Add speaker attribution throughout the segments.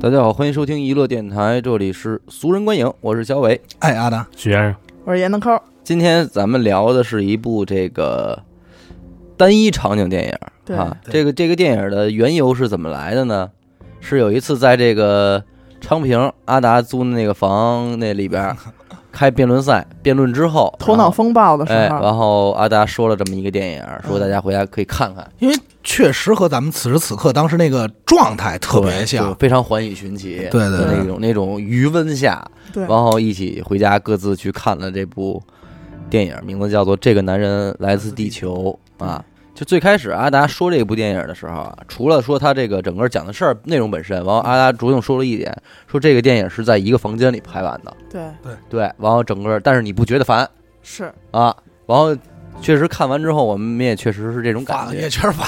Speaker 1: 大家好，欢迎收听娱乐电台，这里是俗人观影，我是小伟。
Speaker 2: 哎，阿达，
Speaker 3: 许先生，
Speaker 4: 我是闫德抠儿，
Speaker 1: 今天咱们聊的是一部这个单一场景电影
Speaker 4: 对
Speaker 1: 啊。
Speaker 2: 对
Speaker 1: 这个这个电影的缘由是怎么来的呢？是有一次在这个昌平阿达租的那个房那里 边儿开辩论赛，辩论之后
Speaker 4: 头脑风暴的时
Speaker 1: 哎，
Speaker 4: 候，
Speaker 1: 然后阿达说了这么一个电影，说大家回家可以看看，
Speaker 2: 因为确实和咱们此时此刻当时那个状态特别
Speaker 1: 就
Speaker 2: 像，
Speaker 1: 非常欢喜寻奇，
Speaker 2: 对对
Speaker 1: 的
Speaker 2: 对
Speaker 1: 那种那种余温下，
Speaker 4: 对
Speaker 1: 然后一起回家各自去看了这部电影，名字叫做《这个男人来自地球》啊。就最开始阿达说这部电影的时候啊，除了说他这个整个讲的事儿内容本身，然后阿达着重说了一点，说这个电影是在一个房间里拍完的，
Speaker 4: 对，
Speaker 1: 对，然后整个但是你不觉得烦
Speaker 4: 是
Speaker 1: 啊？然后确实看完之后，我们也确实是这种感
Speaker 2: 反
Speaker 1: 觉
Speaker 2: 也，确实反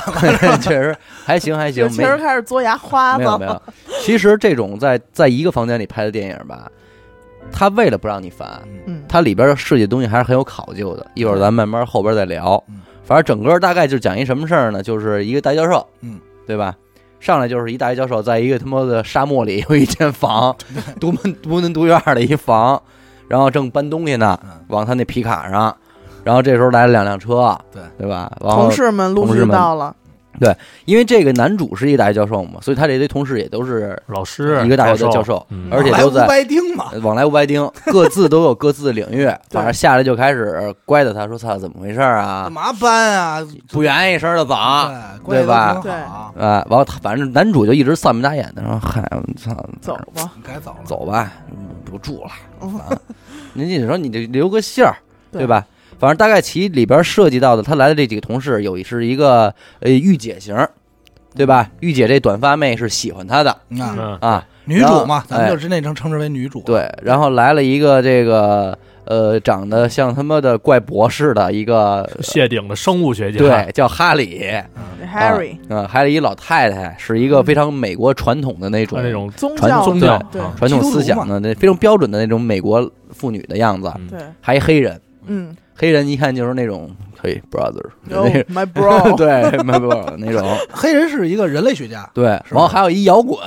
Speaker 2: 了。
Speaker 1: 确实还行还行
Speaker 4: 就，
Speaker 1: 没
Speaker 4: 确实开始嘬牙花子
Speaker 1: 没有没
Speaker 4: 了，
Speaker 1: 有，其实这种在在一个房间里拍的电影吧，他为了不让你烦，
Speaker 4: 嗯，
Speaker 1: 它里边的设计东西还是很有考究的。一会儿咱们慢慢后边再聊
Speaker 2: 嗯。
Speaker 1: 反正整个大概就讲一什么事儿呢？就是一个大教授，
Speaker 2: 嗯，
Speaker 1: 对吧？上来就是一大教授，在一个他妈的沙漠里有一间 房，独门独门独院儿的一房，然后正搬东西呢
Speaker 2: 嗯，
Speaker 1: 往他那皮卡上。然后这时候来了两辆车，
Speaker 2: 对
Speaker 1: 对吧？然后
Speaker 4: 嗯同事们陆
Speaker 1: 同事
Speaker 4: 续
Speaker 1: 们
Speaker 4: 到了，
Speaker 1: 因为这个男主是一大学教授嘛，所以他这堆同事也都是
Speaker 3: 老师，
Speaker 1: 一个大学的教
Speaker 3: 教
Speaker 1: 授
Speaker 3: 嗯
Speaker 1: 而且
Speaker 2: 来
Speaker 1: 都
Speaker 2: 乌
Speaker 1: 在啊
Speaker 2: 白丁嘛，
Speaker 1: 往来无白丁，各自都有各自的领 域。反正下来就开始怪的他说：“操，怎么回事儿啊
Speaker 2: 干？嘛搬啊？
Speaker 1: 不愿意声儿的走。”啊，
Speaker 2: 对
Speaker 1: 对吧
Speaker 2: 关系都挺好啊
Speaker 1: 哎完了他反正男主就一直丧眉打眼的，说：“嗨，我操，
Speaker 4: 走吧，
Speaker 2: 你该走了，
Speaker 1: 走吧，不住了。 啊
Speaker 4: 嗯
Speaker 1: 烦了您你说你这留个信儿，对
Speaker 4: 对？
Speaker 1: 吧？反正大概其里边涉及到的，他来的这几个同事有一是一个呃御姐型儿，对吧？御姐这短发妹是喜欢他的
Speaker 2: 啊，
Speaker 3: 嗯，
Speaker 1: 啊，
Speaker 2: 女主嘛，
Speaker 1: 然
Speaker 2: 咱
Speaker 1: 后哎
Speaker 2: 们就之内称称之为女主。，
Speaker 1: 对，然后来了一个这个呃，长得像他妈的怪博士的一个，
Speaker 3: 谢顶的生物学家，
Speaker 1: 对，叫哈里，
Speaker 4: Harry 嗯
Speaker 1: 嗯、还有一老太太，是一个非常美国传统的那种、
Speaker 3: 穿那种
Speaker 4: 宗
Speaker 1: 传
Speaker 4: 教
Speaker 3: 宗
Speaker 4: 的
Speaker 3: 教
Speaker 4: 对
Speaker 3: 啊
Speaker 1: 传统思想的那非常标准的那种美国妇女的样子，
Speaker 3: 嗯
Speaker 4: 对，
Speaker 1: 还一黑人，
Speaker 4: 嗯
Speaker 1: 黑人一看就是那种嘿 brother
Speaker 4: ，Yo
Speaker 1: 那
Speaker 4: my
Speaker 1: 种，
Speaker 4: bro，
Speaker 1: 对，没有那种，
Speaker 2: 黑人是一个人类 学家，
Speaker 1: 对，
Speaker 2: 是
Speaker 1: 然后
Speaker 2: 吧
Speaker 1: 还有一摇滚，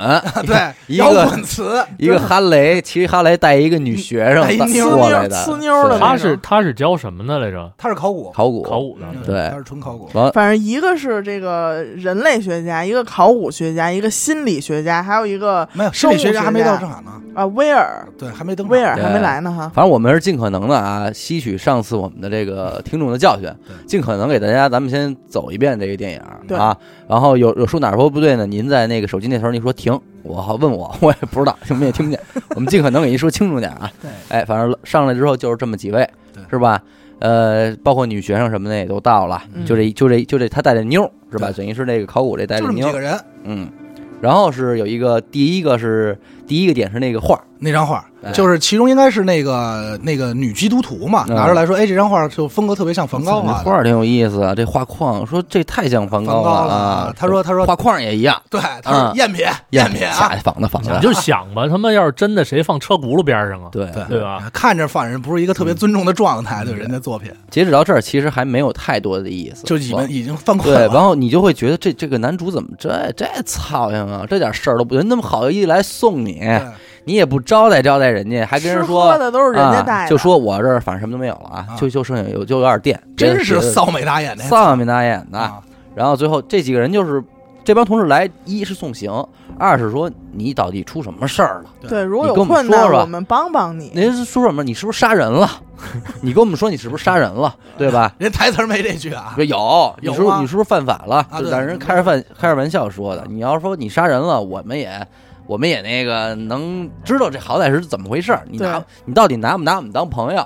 Speaker 2: 对，
Speaker 1: 一
Speaker 2: 摇
Speaker 1: 个
Speaker 2: 滚词，
Speaker 1: 一个哈雷骑哈雷带一个女学生
Speaker 2: 带一妞
Speaker 1: 过来的，
Speaker 4: 呲妞儿的
Speaker 1: 对
Speaker 4: 那
Speaker 3: 他是他是教什么的来着？
Speaker 2: 他是考古，
Speaker 1: 考古
Speaker 3: 考古的，
Speaker 1: 对
Speaker 2: 他是纯考古。
Speaker 1: 完了
Speaker 4: 反正一个是这个人类学家，一个考古学家，一个心理学家，还有一个
Speaker 2: 没有生理学家还没
Speaker 4: 生物
Speaker 2: 到
Speaker 4: 学
Speaker 2: 正场呢，
Speaker 4: 啊威尔，
Speaker 2: 对，还没登场
Speaker 4: 威尔还没
Speaker 1: 对
Speaker 4: 来呢哈，
Speaker 1: 反正我们是尽可能的啊，吸取上次我们的这个听众的教训，尽可能给大家，咱们先走一遍这个电影
Speaker 4: 对
Speaker 1: 啊。然后有有说哪儿说不对呢？您在那个手机那头您说停，我好问我，我也不知道，我们也 听不见。我们尽可能给您说清楚点啊。
Speaker 2: 对，
Speaker 1: 哎，反正上来之后就是这么几位
Speaker 2: 对，
Speaker 1: 是吧？呃，包括女学生什么的也都到了，
Speaker 4: 嗯
Speaker 1: 就这就这就这，他带着妞儿是吧？
Speaker 2: 对
Speaker 1: 等于是那个考古这带
Speaker 2: 就
Speaker 1: 着
Speaker 2: 这么
Speaker 1: 妞
Speaker 2: 几
Speaker 1: 儿，
Speaker 2: 个人，
Speaker 1: 嗯。然后是有一个，第一个是第一个点是那个画儿，
Speaker 2: 那张画
Speaker 1: 哎
Speaker 2: 就是其中应该是那个那个女基督徒嘛，
Speaker 1: 嗯
Speaker 2: 拿出来说，哎，这张画就风格特别像梵高
Speaker 1: 那
Speaker 2: 画
Speaker 1: 画
Speaker 2: 的。
Speaker 1: 儿挺有意思啊，这画框说这太像梵
Speaker 2: 梵
Speaker 1: 高
Speaker 2: 高
Speaker 1: 了
Speaker 2: 了
Speaker 1: 啊。
Speaker 2: 他说他说
Speaker 1: 画框也一样，
Speaker 2: 对，他
Speaker 1: 嗯
Speaker 2: 是赝品，赝品啊
Speaker 1: 下！仿的仿
Speaker 3: 你
Speaker 1: 的，
Speaker 3: 就想吧，他妈要是真的，谁放车轱辘边上啊？
Speaker 1: 对
Speaker 2: 对
Speaker 3: 对吧？
Speaker 2: 看着犯人不是一个特
Speaker 1: 嗯
Speaker 2: 别尊重的状态，对人家作品
Speaker 1: 截止到这儿，其实还没有太多的意思，
Speaker 2: 就已经
Speaker 1: 往
Speaker 2: 已经犯困
Speaker 1: 对，
Speaker 2: 了。
Speaker 1: 然后你就会觉得这这个男主怎么这这操性啊，这点事儿都不人那么好意来送你，
Speaker 2: 对
Speaker 1: 你也不招待招待人家，还跟人
Speaker 4: 吃
Speaker 1: 说
Speaker 4: 喝的都是人家带
Speaker 1: 啊，
Speaker 4: 的，
Speaker 1: 就说我这儿反正什么都没有了啊，
Speaker 2: 啊
Speaker 1: 就就剩下有就有点电，
Speaker 2: 真是
Speaker 1: 臊
Speaker 2: 骚美大眼的
Speaker 1: 丧面大眼的。
Speaker 2: 啊！
Speaker 1: 然后最后这几个人就是这帮同事来，一是送行，二是说你到底出什么事儿了。
Speaker 4: 对，如果
Speaker 1: 你
Speaker 4: 有
Speaker 1: 跟我们
Speaker 4: 困
Speaker 1: 说
Speaker 4: 难，
Speaker 1: 说
Speaker 4: 我们帮帮你，
Speaker 1: 您是说什么？你是不是杀人了？ 你跟我们说你是不是杀人了，对吧？
Speaker 2: 人台词儿没这句啊
Speaker 1: 说，有，你
Speaker 2: 有
Speaker 1: 是不是
Speaker 2: 吗
Speaker 1: 你是不是犯法了？
Speaker 2: 啊
Speaker 1: 就
Speaker 2: 对
Speaker 1: 但是人开着饭开着玩笑说的。你要说你杀人了，我们也我们也那个能知道这好歹是怎么回事儿。你拿
Speaker 4: 对
Speaker 1: 你到底拿不拿我们当朋友？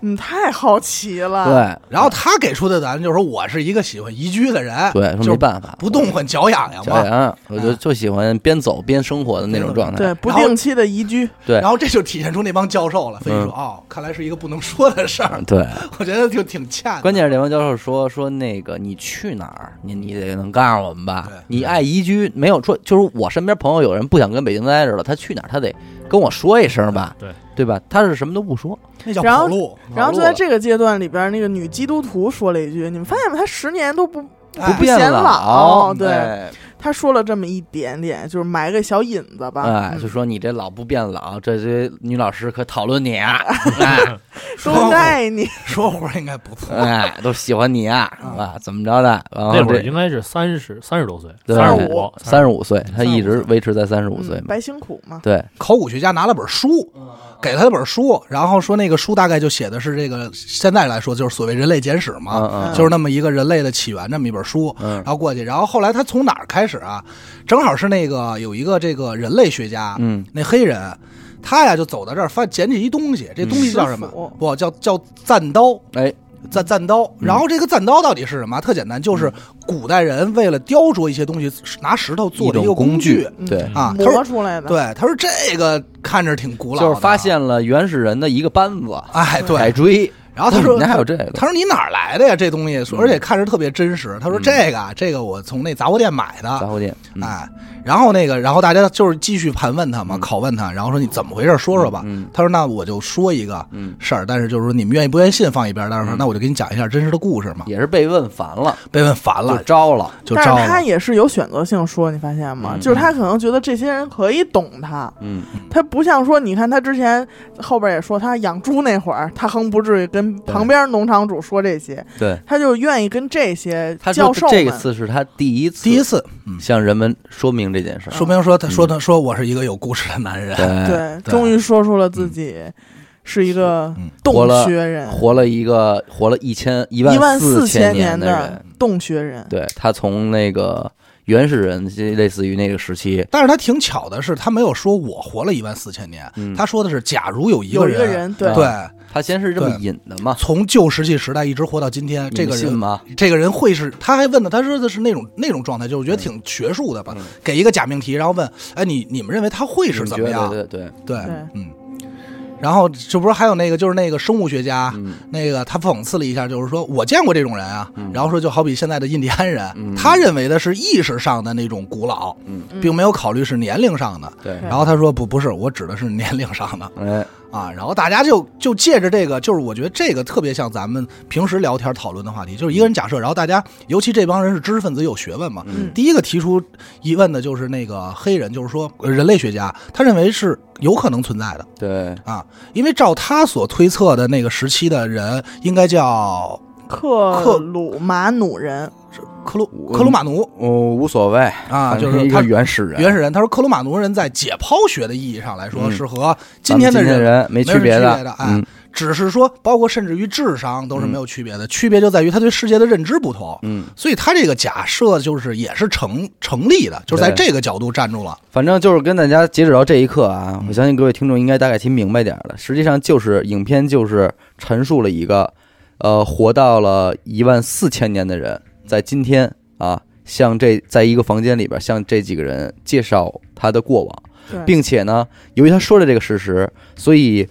Speaker 4: 你嗯太好奇了，
Speaker 1: 对
Speaker 2: 然后他给出的答案就是说我是一个喜欢宜居的人，
Speaker 1: 对，说
Speaker 2: 就
Speaker 1: 没
Speaker 2: 是
Speaker 1: 办法，
Speaker 2: 不动换脚痒痒
Speaker 1: 小
Speaker 2: 嘛。
Speaker 1: 杨，我就就喜欢边走边生活的那种状态。
Speaker 4: 不
Speaker 2: 然后
Speaker 4: 定期的移居，
Speaker 1: 对
Speaker 2: 然后这就体现出那帮教授了，分析说
Speaker 1: 嗯
Speaker 2: 哦，看来是一个不能说的事儿，
Speaker 1: 对，
Speaker 2: 我觉得就挺欠的。
Speaker 1: 关键是这帮教授说说那个你去哪儿，你你得能告诉我们吧
Speaker 2: 对？
Speaker 1: 你爱宜居没有说，就是我身边朋友有人不想跟北京待着了，他去哪儿他得跟我说一声吧，
Speaker 3: 对
Speaker 1: 对吧？他是什么都不说，
Speaker 2: 那叫
Speaker 4: 然后
Speaker 2: 跑路，
Speaker 4: 然后就在
Speaker 1: 网络
Speaker 4: 这个阶段里边，那个女基督徒说了一句：“你们发现吗？她十年都不
Speaker 2: 哎
Speaker 1: 不变
Speaker 4: 显老
Speaker 1: 老，
Speaker 4: 对
Speaker 1: 哎
Speaker 4: 他说了这么一点点，就是埋个小引子吧，
Speaker 1: 哎，
Speaker 4: 嗯
Speaker 1: 就说你这老不变老，这些女老师可讨论你啊，哎
Speaker 4: 都爱你，
Speaker 2: 说活儿应该不错。
Speaker 1: 哎，都喜欢你啊，啊，怎么着的？然后
Speaker 3: 那会儿
Speaker 1: 这
Speaker 3: 应该是三十三十多岁，
Speaker 1: 对
Speaker 3: 三十五，
Speaker 1: 三十五岁，他一直
Speaker 2: 35岁
Speaker 1: 维持在三十五岁
Speaker 4: 嗯
Speaker 1: 嘛，
Speaker 4: 白辛苦嘛，
Speaker 1: 对，
Speaker 2: 考古学家拿了本书，
Speaker 4: 嗯
Speaker 2: 给他了本书，然后说那个书大概就写的是这个，现在来说就是所谓人类简史嘛，
Speaker 1: 嗯嗯，
Speaker 2: 就是那么一个人类的起源这么一本书。
Speaker 1: 嗯
Speaker 2: 然后过去，然后后来他从哪儿开始啊？正好是那个有一个这个人类学家，
Speaker 1: 嗯
Speaker 2: 那黑人，他呀就走到这儿，发捡起一东西，这
Speaker 1: 嗯
Speaker 2: 东西叫什么
Speaker 4: 食斧？
Speaker 2: 不叫叫战刀，
Speaker 1: 哎，
Speaker 2: 战战刀。
Speaker 1: 嗯
Speaker 2: 然后这个战刀到底是什么？特简单，就是古代人为了雕琢一些东西，拿石头
Speaker 1: 一
Speaker 2: 做的
Speaker 1: 种
Speaker 2: 一个
Speaker 1: 工
Speaker 2: 具
Speaker 1: 具，对
Speaker 4: 嗯。
Speaker 2: 啊。他
Speaker 4: 磨
Speaker 2: 说，
Speaker 4: 出来的，
Speaker 2: 对，他说这个看着挺古老的，
Speaker 1: 就是发。现了原始人的一个扳子，
Speaker 2: 哎，
Speaker 1: 改
Speaker 2: 对，
Speaker 1: 锥。
Speaker 2: 然后他说
Speaker 1: 哦你还有这个，
Speaker 2: 他说：“你哪儿来的呀？这东西，说
Speaker 1: 嗯
Speaker 2: 而且看着特别真实。”他说：“
Speaker 1: 嗯
Speaker 2: 这个啊，这个我从那杂货店买
Speaker 1: 杂
Speaker 2: 的。
Speaker 1: 货店，嗯，
Speaker 2: 哎，然后那个，然后大家就是继续盘问他嘛，
Speaker 1: 嗯
Speaker 2: 拷问他，然后说你怎么回事？说说吧。
Speaker 1: 嗯
Speaker 2: 他说：“那我就说一个
Speaker 1: 嗯，
Speaker 2: 事儿，但是就是说你们愿意不愿意信放一边。但是说
Speaker 1: 嗯
Speaker 2: 那我就给你讲一下真实的故事嘛。
Speaker 1: 也是被问烦了，
Speaker 2: 被问烦
Speaker 1: 就
Speaker 2: 了，
Speaker 1: 招了，
Speaker 2: 就
Speaker 4: 但
Speaker 2: 招
Speaker 4: 是他
Speaker 2: 了。
Speaker 4: 也是有选择性说，你发现吗？
Speaker 1: 嗯
Speaker 4: 就是他可能觉得这些人可以懂他，
Speaker 1: 嗯，
Speaker 4: 他不像说，你看他之前后边也说，他养猪那会儿，他横不至于跟旁边农场主说这些，
Speaker 1: 对。
Speaker 4: 他就愿意跟这些
Speaker 1: 他
Speaker 4: 教
Speaker 1: 说
Speaker 4: 授
Speaker 1: 这
Speaker 4: 们
Speaker 1: 个次是他第一次，
Speaker 2: 第一次，嗯，
Speaker 1: 向人们说明这件事儿。
Speaker 2: 说明说他
Speaker 1: 嗯
Speaker 2: 说他说我是一个有故事的男人。
Speaker 1: 哎对，
Speaker 4: 对，
Speaker 2: 对
Speaker 4: 终于说出了自己是一个
Speaker 2: 嗯
Speaker 1: 活
Speaker 4: 洞
Speaker 1: 了
Speaker 4: 穴人，
Speaker 1: 活了一个活了一千一
Speaker 4: 一万
Speaker 1: 四
Speaker 4: 千
Speaker 1: 年
Speaker 4: 的
Speaker 1: 人，
Speaker 4: 洞穴人，
Speaker 1: 对他从那个原始人，这类似于那个时期，
Speaker 2: 但是他挺巧的是，他没有说我活了一万四千年，
Speaker 1: 嗯啊
Speaker 2: 他说的是假如有一个
Speaker 4: 有一个
Speaker 2: 人，
Speaker 4: 人，对，
Speaker 2: 对，
Speaker 1: 他先是这么
Speaker 2: 对
Speaker 1: 引的嘛，
Speaker 2: 从旧石器时代一直活到今天，这个
Speaker 1: 你们信
Speaker 2: 人
Speaker 1: 吗？
Speaker 2: 这个人会是，他还问的，他说的是那种那种状态，就是我觉得挺学术的吧，
Speaker 1: 嗯
Speaker 2: 给一个假命题，然后问，哎，你你们认为他会是
Speaker 1: 你
Speaker 2: 怎
Speaker 1: 觉
Speaker 2: 么
Speaker 1: 得
Speaker 2: 样？
Speaker 1: 对对对，
Speaker 2: 对
Speaker 4: 对
Speaker 2: 嗯。然后这不是还有那个，就是那个生物学家，
Speaker 1: 嗯
Speaker 2: 那个他讽刺了一下，就是说我见过这种人啊，
Speaker 1: 嗯
Speaker 2: 然后说就好比现在的印第安人，
Speaker 1: 嗯
Speaker 2: 他认为的是意识上的那种古老，
Speaker 1: 嗯
Speaker 4: 嗯
Speaker 2: 并没有考虑是年龄上的。
Speaker 1: 对，
Speaker 4: 对
Speaker 2: 然后他说不不是，我指的是年龄上的
Speaker 1: 哎，
Speaker 2: 啊。 然后大家就就借着这个，就是我觉得这个特别像咱们平时聊天讨论的话题，就是一个人假设，然后大家尤其这帮人是知识分子有学问嘛，
Speaker 1: 嗯
Speaker 2: 第一个提出疑问的就是那个黑人，就是说呃人类学家，他认为是有可能存在的
Speaker 1: 对，
Speaker 2: 啊，因为照他所推测的那个时期的人，应该叫
Speaker 4: 克
Speaker 2: 克
Speaker 4: 鲁马努人，
Speaker 2: 克鲁克鲁马奴
Speaker 1: 我无所谓
Speaker 2: 啊，
Speaker 1: 反
Speaker 2: 就
Speaker 1: 正
Speaker 2: 是
Speaker 1: 一
Speaker 2: 他
Speaker 1: 个原始人，
Speaker 2: 原始人。他说克鲁马奴人在解剖学的意义上来说
Speaker 1: 嗯
Speaker 2: 是和今
Speaker 1: 咱们
Speaker 2: 天的
Speaker 1: 人
Speaker 2: 人，
Speaker 1: 没
Speaker 2: 没有
Speaker 1: 别
Speaker 2: 区别的哎
Speaker 1: 嗯
Speaker 2: 只是说包括甚至于智商都是没有区别的，区别就在于他对世界的认知不同。
Speaker 1: 嗯，
Speaker 2: 所以他这个假设就是也是成成立的，就是在
Speaker 1: 对
Speaker 2: 这个角度站住了。
Speaker 1: 反正就是跟大家截止到这一刻啊，
Speaker 2: 嗯
Speaker 1: 我相信各位听众应该大概听明白点儿了。实际上就是影片就是陈述了一个，呃，活到了一万四千年的人，在今天啊，向这在一个房间里边向这几个人介绍他的过往，
Speaker 4: 对，
Speaker 1: 并且呢，由于他说了这个事实，所以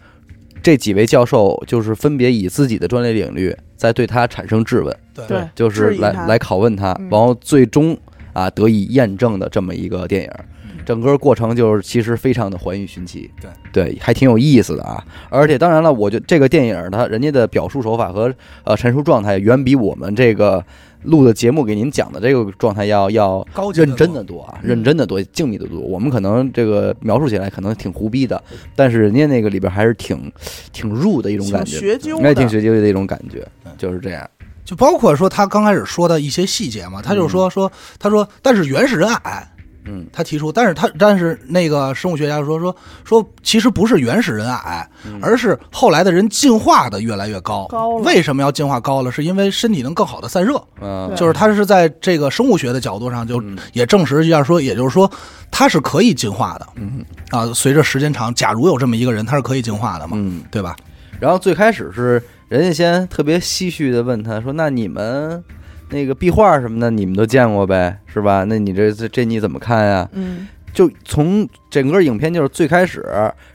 Speaker 1: 这几位教授就是分别以自己的专业领域在对他产生质问。
Speaker 2: 对
Speaker 4: 对
Speaker 1: 就是
Speaker 4: 质疑
Speaker 1: 来
Speaker 4: 他
Speaker 1: 来拷问他，
Speaker 4: 嗯
Speaker 1: 然后最终啊得以验证的这么一个电影儿，整个过程就是其实非常的环宇寻奇，
Speaker 2: 对
Speaker 1: 对，还挺有意思的啊。而且当然了，我觉得这个电影儿它人家的表述手法和呃陈述状态远比我们这个录的节目给您讲的这个状态要要
Speaker 2: 高级
Speaker 1: 认真
Speaker 2: 多
Speaker 1: 的多啊，认真的多，静谧的多。我们可能这个描述起来可能挺胡逼的，但是人家那个里边还是挺挺入的一种
Speaker 4: 挺
Speaker 1: 感觉，
Speaker 4: 学究
Speaker 1: 应该挺
Speaker 4: 的
Speaker 1: 学究的一种感觉
Speaker 2: 嗯，
Speaker 1: 就是这样。
Speaker 2: 就包括说他刚开始说的一些细节嘛，他就说说他说，但是原始人矮，
Speaker 1: 嗯，
Speaker 2: 他提出，但是他但是那个生物学家说说说，其实不是原始人矮，
Speaker 1: 嗯
Speaker 2: 而是后来的人进化的越来越高。
Speaker 4: 高了
Speaker 2: 为什么要进化高了？是因为身体能更好的散热，
Speaker 1: 嗯，
Speaker 4: 对
Speaker 2: 就是他是在这个生物学的角度上就
Speaker 1: 嗯
Speaker 2: 也证实一下说，也就是说他是可以进化的
Speaker 1: 嗯
Speaker 2: 啊。随着时间长，假如有这么一个人，他是可以进化的嘛，
Speaker 1: 嗯，
Speaker 2: 对吧？
Speaker 1: 然后最开始是人家先特别唏嘘的问他说：“那你们那个壁画什么的，你们都见过呗，是吧？那你这这这你怎么看呀
Speaker 4: 嗯，？”
Speaker 1: 就从整个影片就是最开始，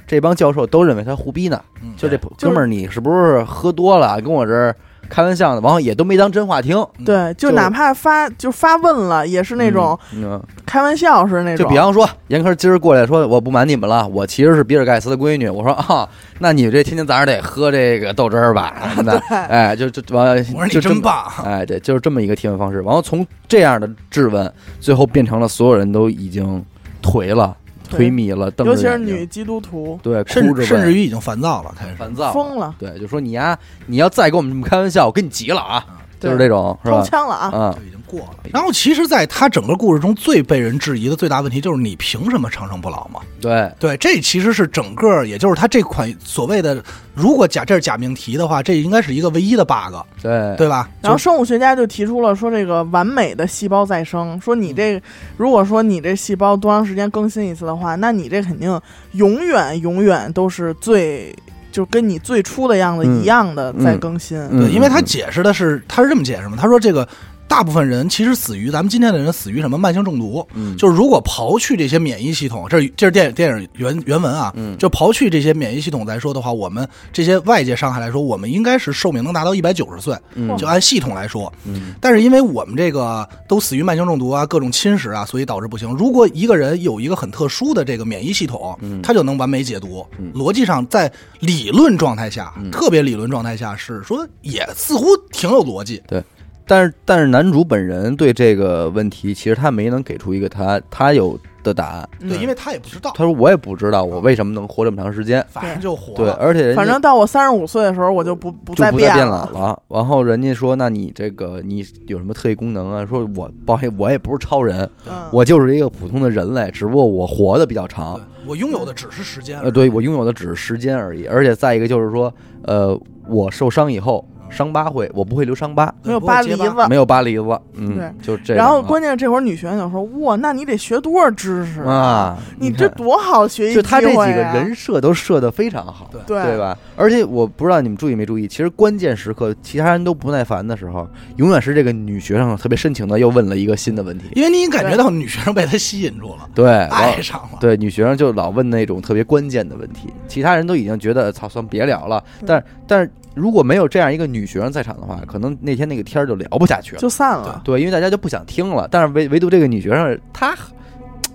Speaker 1: 这帮教授都认为他胡逼呢，
Speaker 2: 嗯
Speaker 1: 就这
Speaker 3: 对
Speaker 1: 哥们儿你是不是喝多了，跟我这儿开玩笑的，然后也都没当真话听，
Speaker 4: 对，就
Speaker 1: 嗯就
Speaker 4: 哪怕发就发问了，也是那种
Speaker 1: 嗯，
Speaker 4: 开玩笑是那种。
Speaker 1: 就比方说严科今儿过来说我不瞒你们了，我其实是比尔盖茨的闺女，我说啊，那你这天天早上得喝这个豆汁儿吧，什么的，哎，就就完了，
Speaker 2: 我
Speaker 1: 就
Speaker 2: 说你
Speaker 1: 这么
Speaker 2: 真棒，
Speaker 1: 哎，对，就是这么一个提问方式。然后从这样的质问，最后变成了所有人都已经颓了、
Speaker 4: 对
Speaker 1: 颓迷了，瞪着
Speaker 4: 尤其是
Speaker 1: 眼睛
Speaker 4: 女基督徒，
Speaker 1: 对，
Speaker 2: 甚
Speaker 1: 哭着
Speaker 2: 甚至
Speaker 1: 问
Speaker 2: 于已经烦躁了，开始
Speaker 1: 烦躁，
Speaker 4: 疯了，
Speaker 1: 对，就说你呀、你要再跟我们这么开玩笑，我跟你急了啊，
Speaker 4: 对
Speaker 1: 就是这种，是
Speaker 4: 偷
Speaker 1: 吧？
Speaker 4: 枪了啊！
Speaker 1: 嗯，
Speaker 2: 就已经过了。然后其实，在他整个故事中最被人质疑的最大问题就是你凭什么长生不老嘛？
Speaker 1: 对，
Speaker 2: 对，这其实是整个，也就是他这款所谓的，如果假这是假命题的话，这应该是一个唯一的 bug，
Speaker 1: 对，
Speaker 2: 对吧？
Speaker 4: 然后生物学家就提出了说，这个完美的细胞再生，说
Speaker 1: 嗯
Speaker 4: 你这如果说你这细胞多长时间更新一次的话，那你这肯定永远永远都是最就跟你最初的样子
Speaker 1: 嗯
Speaker 4: 一样的
Speaker 1: 嗯
Speaker 4: 在更新。
Speaker 1: 嗯
Speaker 2: 对，因为他解释的是，他是这么解释嘛，他说这个大部分人其实死于咱们今天的人死于什么慢性中毒，
Speaker 1: 嗯，
Speaker 2: 就是如果刨去这些免疫系统，这是这是电电影原原文啊，
Speaker 1: 嗯
Speaker 2: 就刨去这些免疫系统来说的话，我们这些外界伤害来说，我们应该是寿命能达到一百九十岁，
Speaker 1: 嗯
Speaker 2: 就按系统来说，
Speaker 1: 嗯
Speaker 2: 但是因为我们这个都死于慢性中毒啊，各种侵蚀啊，所以导致不行。如果一个人有一个很特殊的这个免疫系统，
Speaker 1: 嗯
Speaker 2: 他就能完美解毒。
Speaker 1: 嗯
Speaker 2: 逻辑上，在理论状态下，
Speaker 1: 嗯
Speaker 2: 特别理论状态下是说也似乎挺有逻辑。
Speaker 1: 但是但是男主本人对这个问题，其实他没能给出一个他他有的答案。
Speaker 4: 嗯
Speaker 2: 对，因为他也不知道，
Speaker 1: 他说我也不知道我为什么能活这么长时间。
Speaker 2: 反正就火
Speaker 1: 对，
Speaker 2: 了。
Speaker 1: 而且人家
Speaker 4: 反正到我三十五岁的时候，我就不不
Speaker 1: 就
Speaker 4: 再
Speaker 1: 不再变老
Speaker 4: 了。
Speaker 1: 了。然后人家说，那你这个你有什么特异功能啊？说我抱歉，我也不是超人，
Speaker 4: 嗯，
Speaker 1: 我就是一个普通的人类，只不过我活得比较长
Speaker 2: 对。我拥有的只是时间。
Speaker 1: 啊呃，对我拥有的只是时间而已。而且再一个就是说，呃，我受伤以后伤疤会，我不会留伤疤，
Speaker 4: 没有巴黎
Speaker 2: 不过结
Speaker 4: 子。
Speaker 1: 没有巴黎子。
Speaker 4: 对
Speaker 1: 嗯，就这样
Speaker 4: 然
Speaker 1: 啊。
Speaker 4: 后关键这会儿女学生说：“哇，那你得学多少知识？
Speaker 1: 啊，
Speaker 4: 你
Speaker 1: 看
Speaker 4: 这多好学习
Speaker 1: 就
Speaker 4: 机
Speaker 1: 他这
Speaker 4: 会
Speaker 1: 几个
Speaker 4: 啊
Speaker 1: 人设都设得非常好。
Speaker 2: 对
Speaker 4: 对
Speaker 1: 对？吧？而且我不知道你们注意没注意，其实关键时刻，其他人都不耐烦的时候，永远是这个女学生特别深情的又问了一个新的问题。
Speaker 2: 因为你感觉到女学生被他吸引住了，
Speaker 1: 对，
Speaker 4: 哎
Speaker 2: 爱
Speaker 1: 我
Speaker 2: 上了。
Speaker 1: 对，女学生就老问那种特别关键的问题，其他人都已经觉得操，算别聊了。
Speaker 4: 嗯
Speaker 1: 但是但是如果没有这样一个女学生在场的话，可能那天那个天儿就聊不下去了。
Speaker 4: 就散了。
Speaker 1: 对，因为大家就不想听了。但是唯唯独这个女学生，她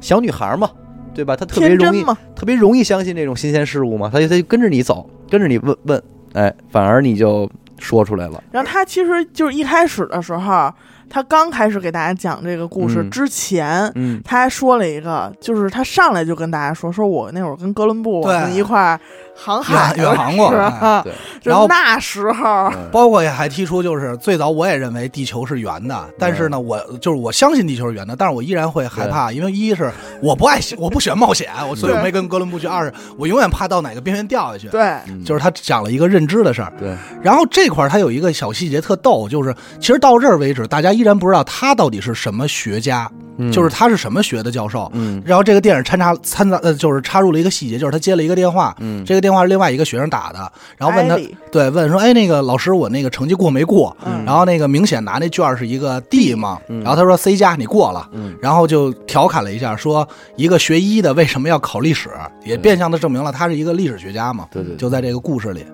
Speaker 1: 小女孩嘛，对吧？她特别
Speaker 4: 天
Speaker 1: 容
Speaker 4: 真
Speaker 1: 易
Speaker 4: 嘛，
Speaker 1: 特别容易相信这种新鲜事物嘛，他就他就跟着你走，跟着你问问，哎，反而你就说出来了。
Speaker 4: 然后他其实就是一开始的时候，他刚开始给大家讲这个故事
Speaker 1: 嗯
Speaker 4: 之前，
Speaker 1: 嗯，
Speaker 4: 他还说了一个，就是他上来就跟大家说，说我那会儿跟哥伦布我
Speaker 2: 对
Speaker 4: 们一块儿航海
Speaker 2: 远远航过
Speaker 4: 的时候
Speaker 1: 哎对
Speaker 4: 就
Speaker 2: 然后
Speaker 4: 那时候，
Speaker 2: 包括也还提出，就是最早我也认为地球是圆
Speaker 4: 嗯
Speaker 2: 的，但是呢，我就是我相信地球是圆的，但是我依然会害怕，因为一是我不爱喜，我不喜欢冒险，我所以我没跟哥伦布去；二是我永远怕到哪个边缘掉下去。
Speaker 4: 对，
Speaker 1: 嗯
Speaker 2: 就是他讲了一个认知的事儿，
Speaker 1: 对，
Speaker 2: 然后这块儿他有一个小细节特逗，就是其实到这儿为止，大家依然不知道他到底是什么学家，
Speaker 1: 嗯
Speaker 2: 就是他是什么学的教授。
Speaker 1: 嗯
Speaker 2: 然后这个电影掺杂掺杂呃，就是插入了一个细节，就是他接了一个电话，
Speaker 1: 嗯
Speaker 2: 这个电话是另外一个学生打的，然后问他
Speaker 4: 艾莉
Speaker 2: 对，问说，哎，那个老师，我那个成绩过没过？
Speaker 4: 嗯
Speaker 2: 然后那个明显拿那卷儿是一个 D 嘛，
Speaker 1: 嗯
Speaker 2: 然后他说 C 加，你过了。
Speaker 1: 嗯
Speaker 2: 然后就调侃了一下，说一个学医的为什么要考历史，也
Speaker 1: 对
Speaker 2: 变相的证明了他是一个历史学家嘛。
Speaker 1: 对对对
Speaker 2: 就在这个故事里，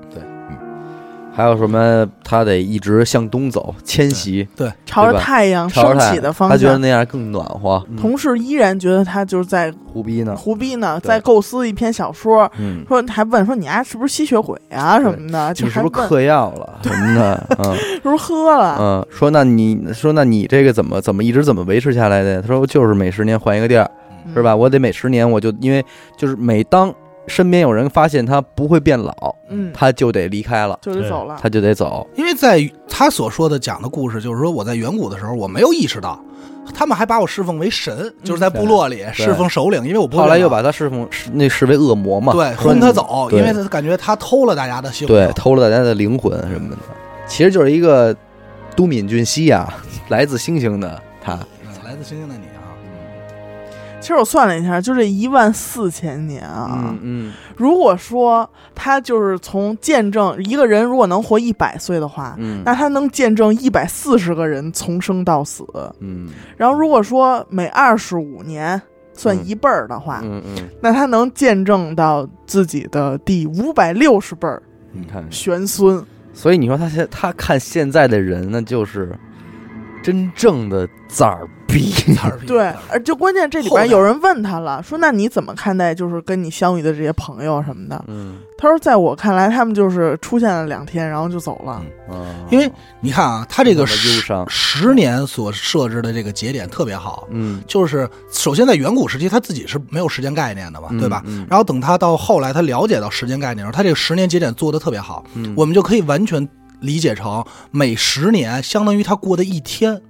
Speaker 1: 还有什么？他得一直向东走，迁徙，
Speaker 4: 朝
Speaker 1: 对
Speaker 4: 着
Speaker 1: 吧
Speaker 4: 太阳
Speaker 1: 朝着
Speaker 4: 嗯升
Speaker 1: 太
Speaker 4: 起
Speaker 1: 阳
Speaker 4: 的方
Speaker 1: 他觉得嗯
Speaker 4: 向。
Speaker 1: 那样更暖和。
Speaker 4: 同事依然觉得他就是在
Speaker 1: 胡逼呢？
Speaker 4: 胡逼呢，
Speaker 1: 对
Speaker 4: 在构思一篇小说，
Speaker 1: 嗯，
Speaker 4: 说还问说你丫、是不是吸血鬼啊什么的，就
Speaker 1: 你是
Speaker 4: 还
Speaker 1: 不是
Speaker 4: 问
Speaker 1: 嗑药了什么的？ 嗯
Speaker 4: 是不是喝了，
Speaker 1: 嗯，说那你说那你这个怎么怎么一直怎么维持下来的？他说就是每十年换一个地儿，
Speaker 4: 嗯
Speaker 1: 是吧？？我得每十年我就因为就是每当身边有人发现他不会变老，
Speaker 4: 嗯，
Speaker 1: 他就得离开了。
Speaker 4: 就得走了。
Speaker 1: 他就得走。
Speaker 2: 因为在他所说的讲的故事，就是说我在远古的时候，我没有意识到，他们还把我侍奉为神，就是在部落里侍奉首领，因为我不
Speaker 1: 嗯
Speaker 2: 会
Speaker 1: 后来又把
Speaker 2: 变
Speaker 1: 他视奉视那视为恶魔嘛，
Speaker 2: 老对
Speaker 1: 啊说
Speaker 2: 轰他走，
Speaker 1: 对
Speaker 2: 因为他感觉他偷了大家的幸福。
Speaker 1: 对，偷了大家的灵魂什么的，其实就是一个都敏俊熙啊，来自星星的他，
Speaker 2: 嗯来自星星的你啊。
Speaker 4: 其实我算了一下，就这一万四千年啊，
Speaker 1: 嗯
Speaker 4: 如果说他就是从见证一个人如果能活一百岁的话，
Speaker 1: 嗯
Speaker 4: 那他能见证一百四十个人从生到死。
Speaker 1: 嗯
Speaker 4: 然后如果说每二十五年算一辈儿的话，
Speaker 1: 嗯嗯，
Speaker 4: 那他能见证到自己的第五百六十辈儿
Speaker 1: 你看嗯
Speaker 4: 玄孙。
Speaker 1: 所以你说他现他看现在的人呢，就是真正的崽儿逼，
Speaker 2: 崽儿逼
Speaker 4: 对，而就关键这里
Speaker 2: 后来
Speaker 4: 边有人问他了，
Speaker 1: 嗯
Speaker 4: 说那你怎么看待就是跟你相遇的这些朋友什么的？
Speaker 1: 嗯
Speaker 4: 他说，在我看来，他们就是出现了两天，然后就走了。
Speaker 1: 啊，
Speaker 2: 因为你看啊，他这
Speaker 1: 那么
Speaker 2: 个
Speaker 1: 忧
Speaker 2: 十
Speaker 1: 伤，
Speaker 2: 十年所设置的这个节点特别好，
Speaker 1: 嗯，
Speaker 2: 就是首先在远古时期他自己是没有时间概念的嘛，
Speaker 1: 嗯
Speaker 2: 对吧？？
Speaker 1: 嗯
Speaker 2: 然后等他到后来，他了解到时间概念的时候，他这个十年节点做的特别好，
Speaker 1: 嗯
Speaker 2: 我们就可以完全理解成每十年相当于他过的一天，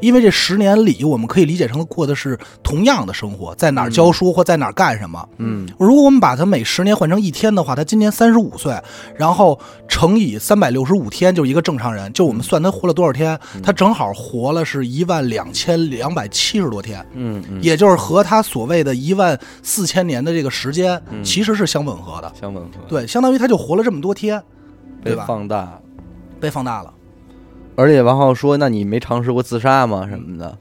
Speaker 2: 因为这十年里我们可以理解成过的是同样的生活，在哪儿教书或在哪儿干什么。
Speaker 1: 嗯
Speaker 2: 如果我们把它每十年换成一天的话，他今年三十五岁，然后乘以三百六十五天，就是一个正常人。就我们算他活了多少天，
Speaker 1: 嗯
Speaker 2: 他正好活了是一万两千两百七十多天，
Speaker 1: 嗯嗯，
Speaker 2: 也就是和他所谓的一万四千年的这个时间
Speaker 1: 嗯
Speaker 2: 其实是相吻合的。
Speaker 1: 相吻合，
Speaker 2: 对，相当于他就活了这么多天，
Speaker 1: 被
Speaker 2: 对吧？
Speaker 1: 放大了。
Speaker 2: 被放大了。
Speaker 1: 而且王浩说：“那你没尝试过自杀吗？什么的？”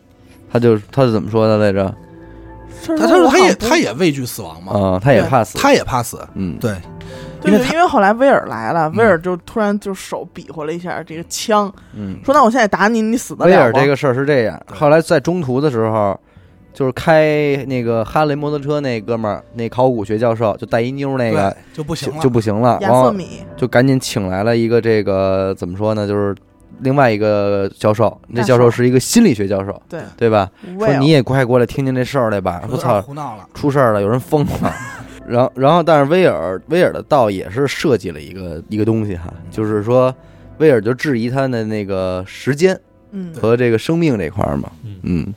Speaker 1: 他就他是怎么说的来着？
Speaker 4: 他嗯
Speaker 2: 他他说他也他
Speaker 4: 也
Speaker 2: 也畏惧死亡嘛，
Speaker 1: 啊，他也
Speaker 4: 对
Speaker 1: 怕死，
Speaker 2: 他也怕死。
Speaker 1: 嗯，
Speaker 2: 对，因
Speaker 4: 对
Speaker 2: 为
Speaker 4: 对，
Speaker 2: 他嗯
Speaker 4: 因为后来威尔来了，威尔就突然就手比划了一下这个枪，
Speaker 1: 嗯，
Speaker 4: 说：“那我现在打你，你死得
Speaker 1: 威
Speaker 4: 了
Speaker 1: 尔
Speaker 4: 吗
Speaker 1: 这个事儿是这样，
Speaker 2: 嗯对
Speaker 1: 后来在中途的时候，就是开那个哈雷摩托车那哥们儿，那考古学教授，就带一妞儿那个
Speaker 2: 对就不行
Speaker 1: 就
Speaker 2: 了，
Speaker 1: 就不行了，
Speaker 4: 亚
Speaker 1: 然
Speaker 4: 瑟
Speaker 1: 后
Speaker 4: 米，
Speaker 1: 就赶紧请来了一个这个怎么说呢，就是另外一个教授，那
Speaker 4: 大
Speaker 1: 教授
Speaker 4: 手
Speaker 1: 是一个心理学教授，
Speaker 4: 对
Speaker 1: 对吧？
Speaker 4: 威
Speaker 1: 说
Speaker 4: 尔
Speaker 1: 你也快过来听听这事儿来吧，
Speaker 2: 有
Speaker 1: 我
Speaker 2: 点
Speaker 1: 操，
Speaker 2: 胡闹了。
Speaker 1: 出事儿了，有人疯 了。然后，然后，但是威尔威尔的道也是设计了一个一个东西哈，
Speaker 2: 嗯
Speaker 1: 就是说威尔就质疑他的那个时间
Speaker 4: 嗯，
Speaker 1: 和这个生命这块儿嘛，
Speaker 3: 嗯
Speaker 1: 嗯，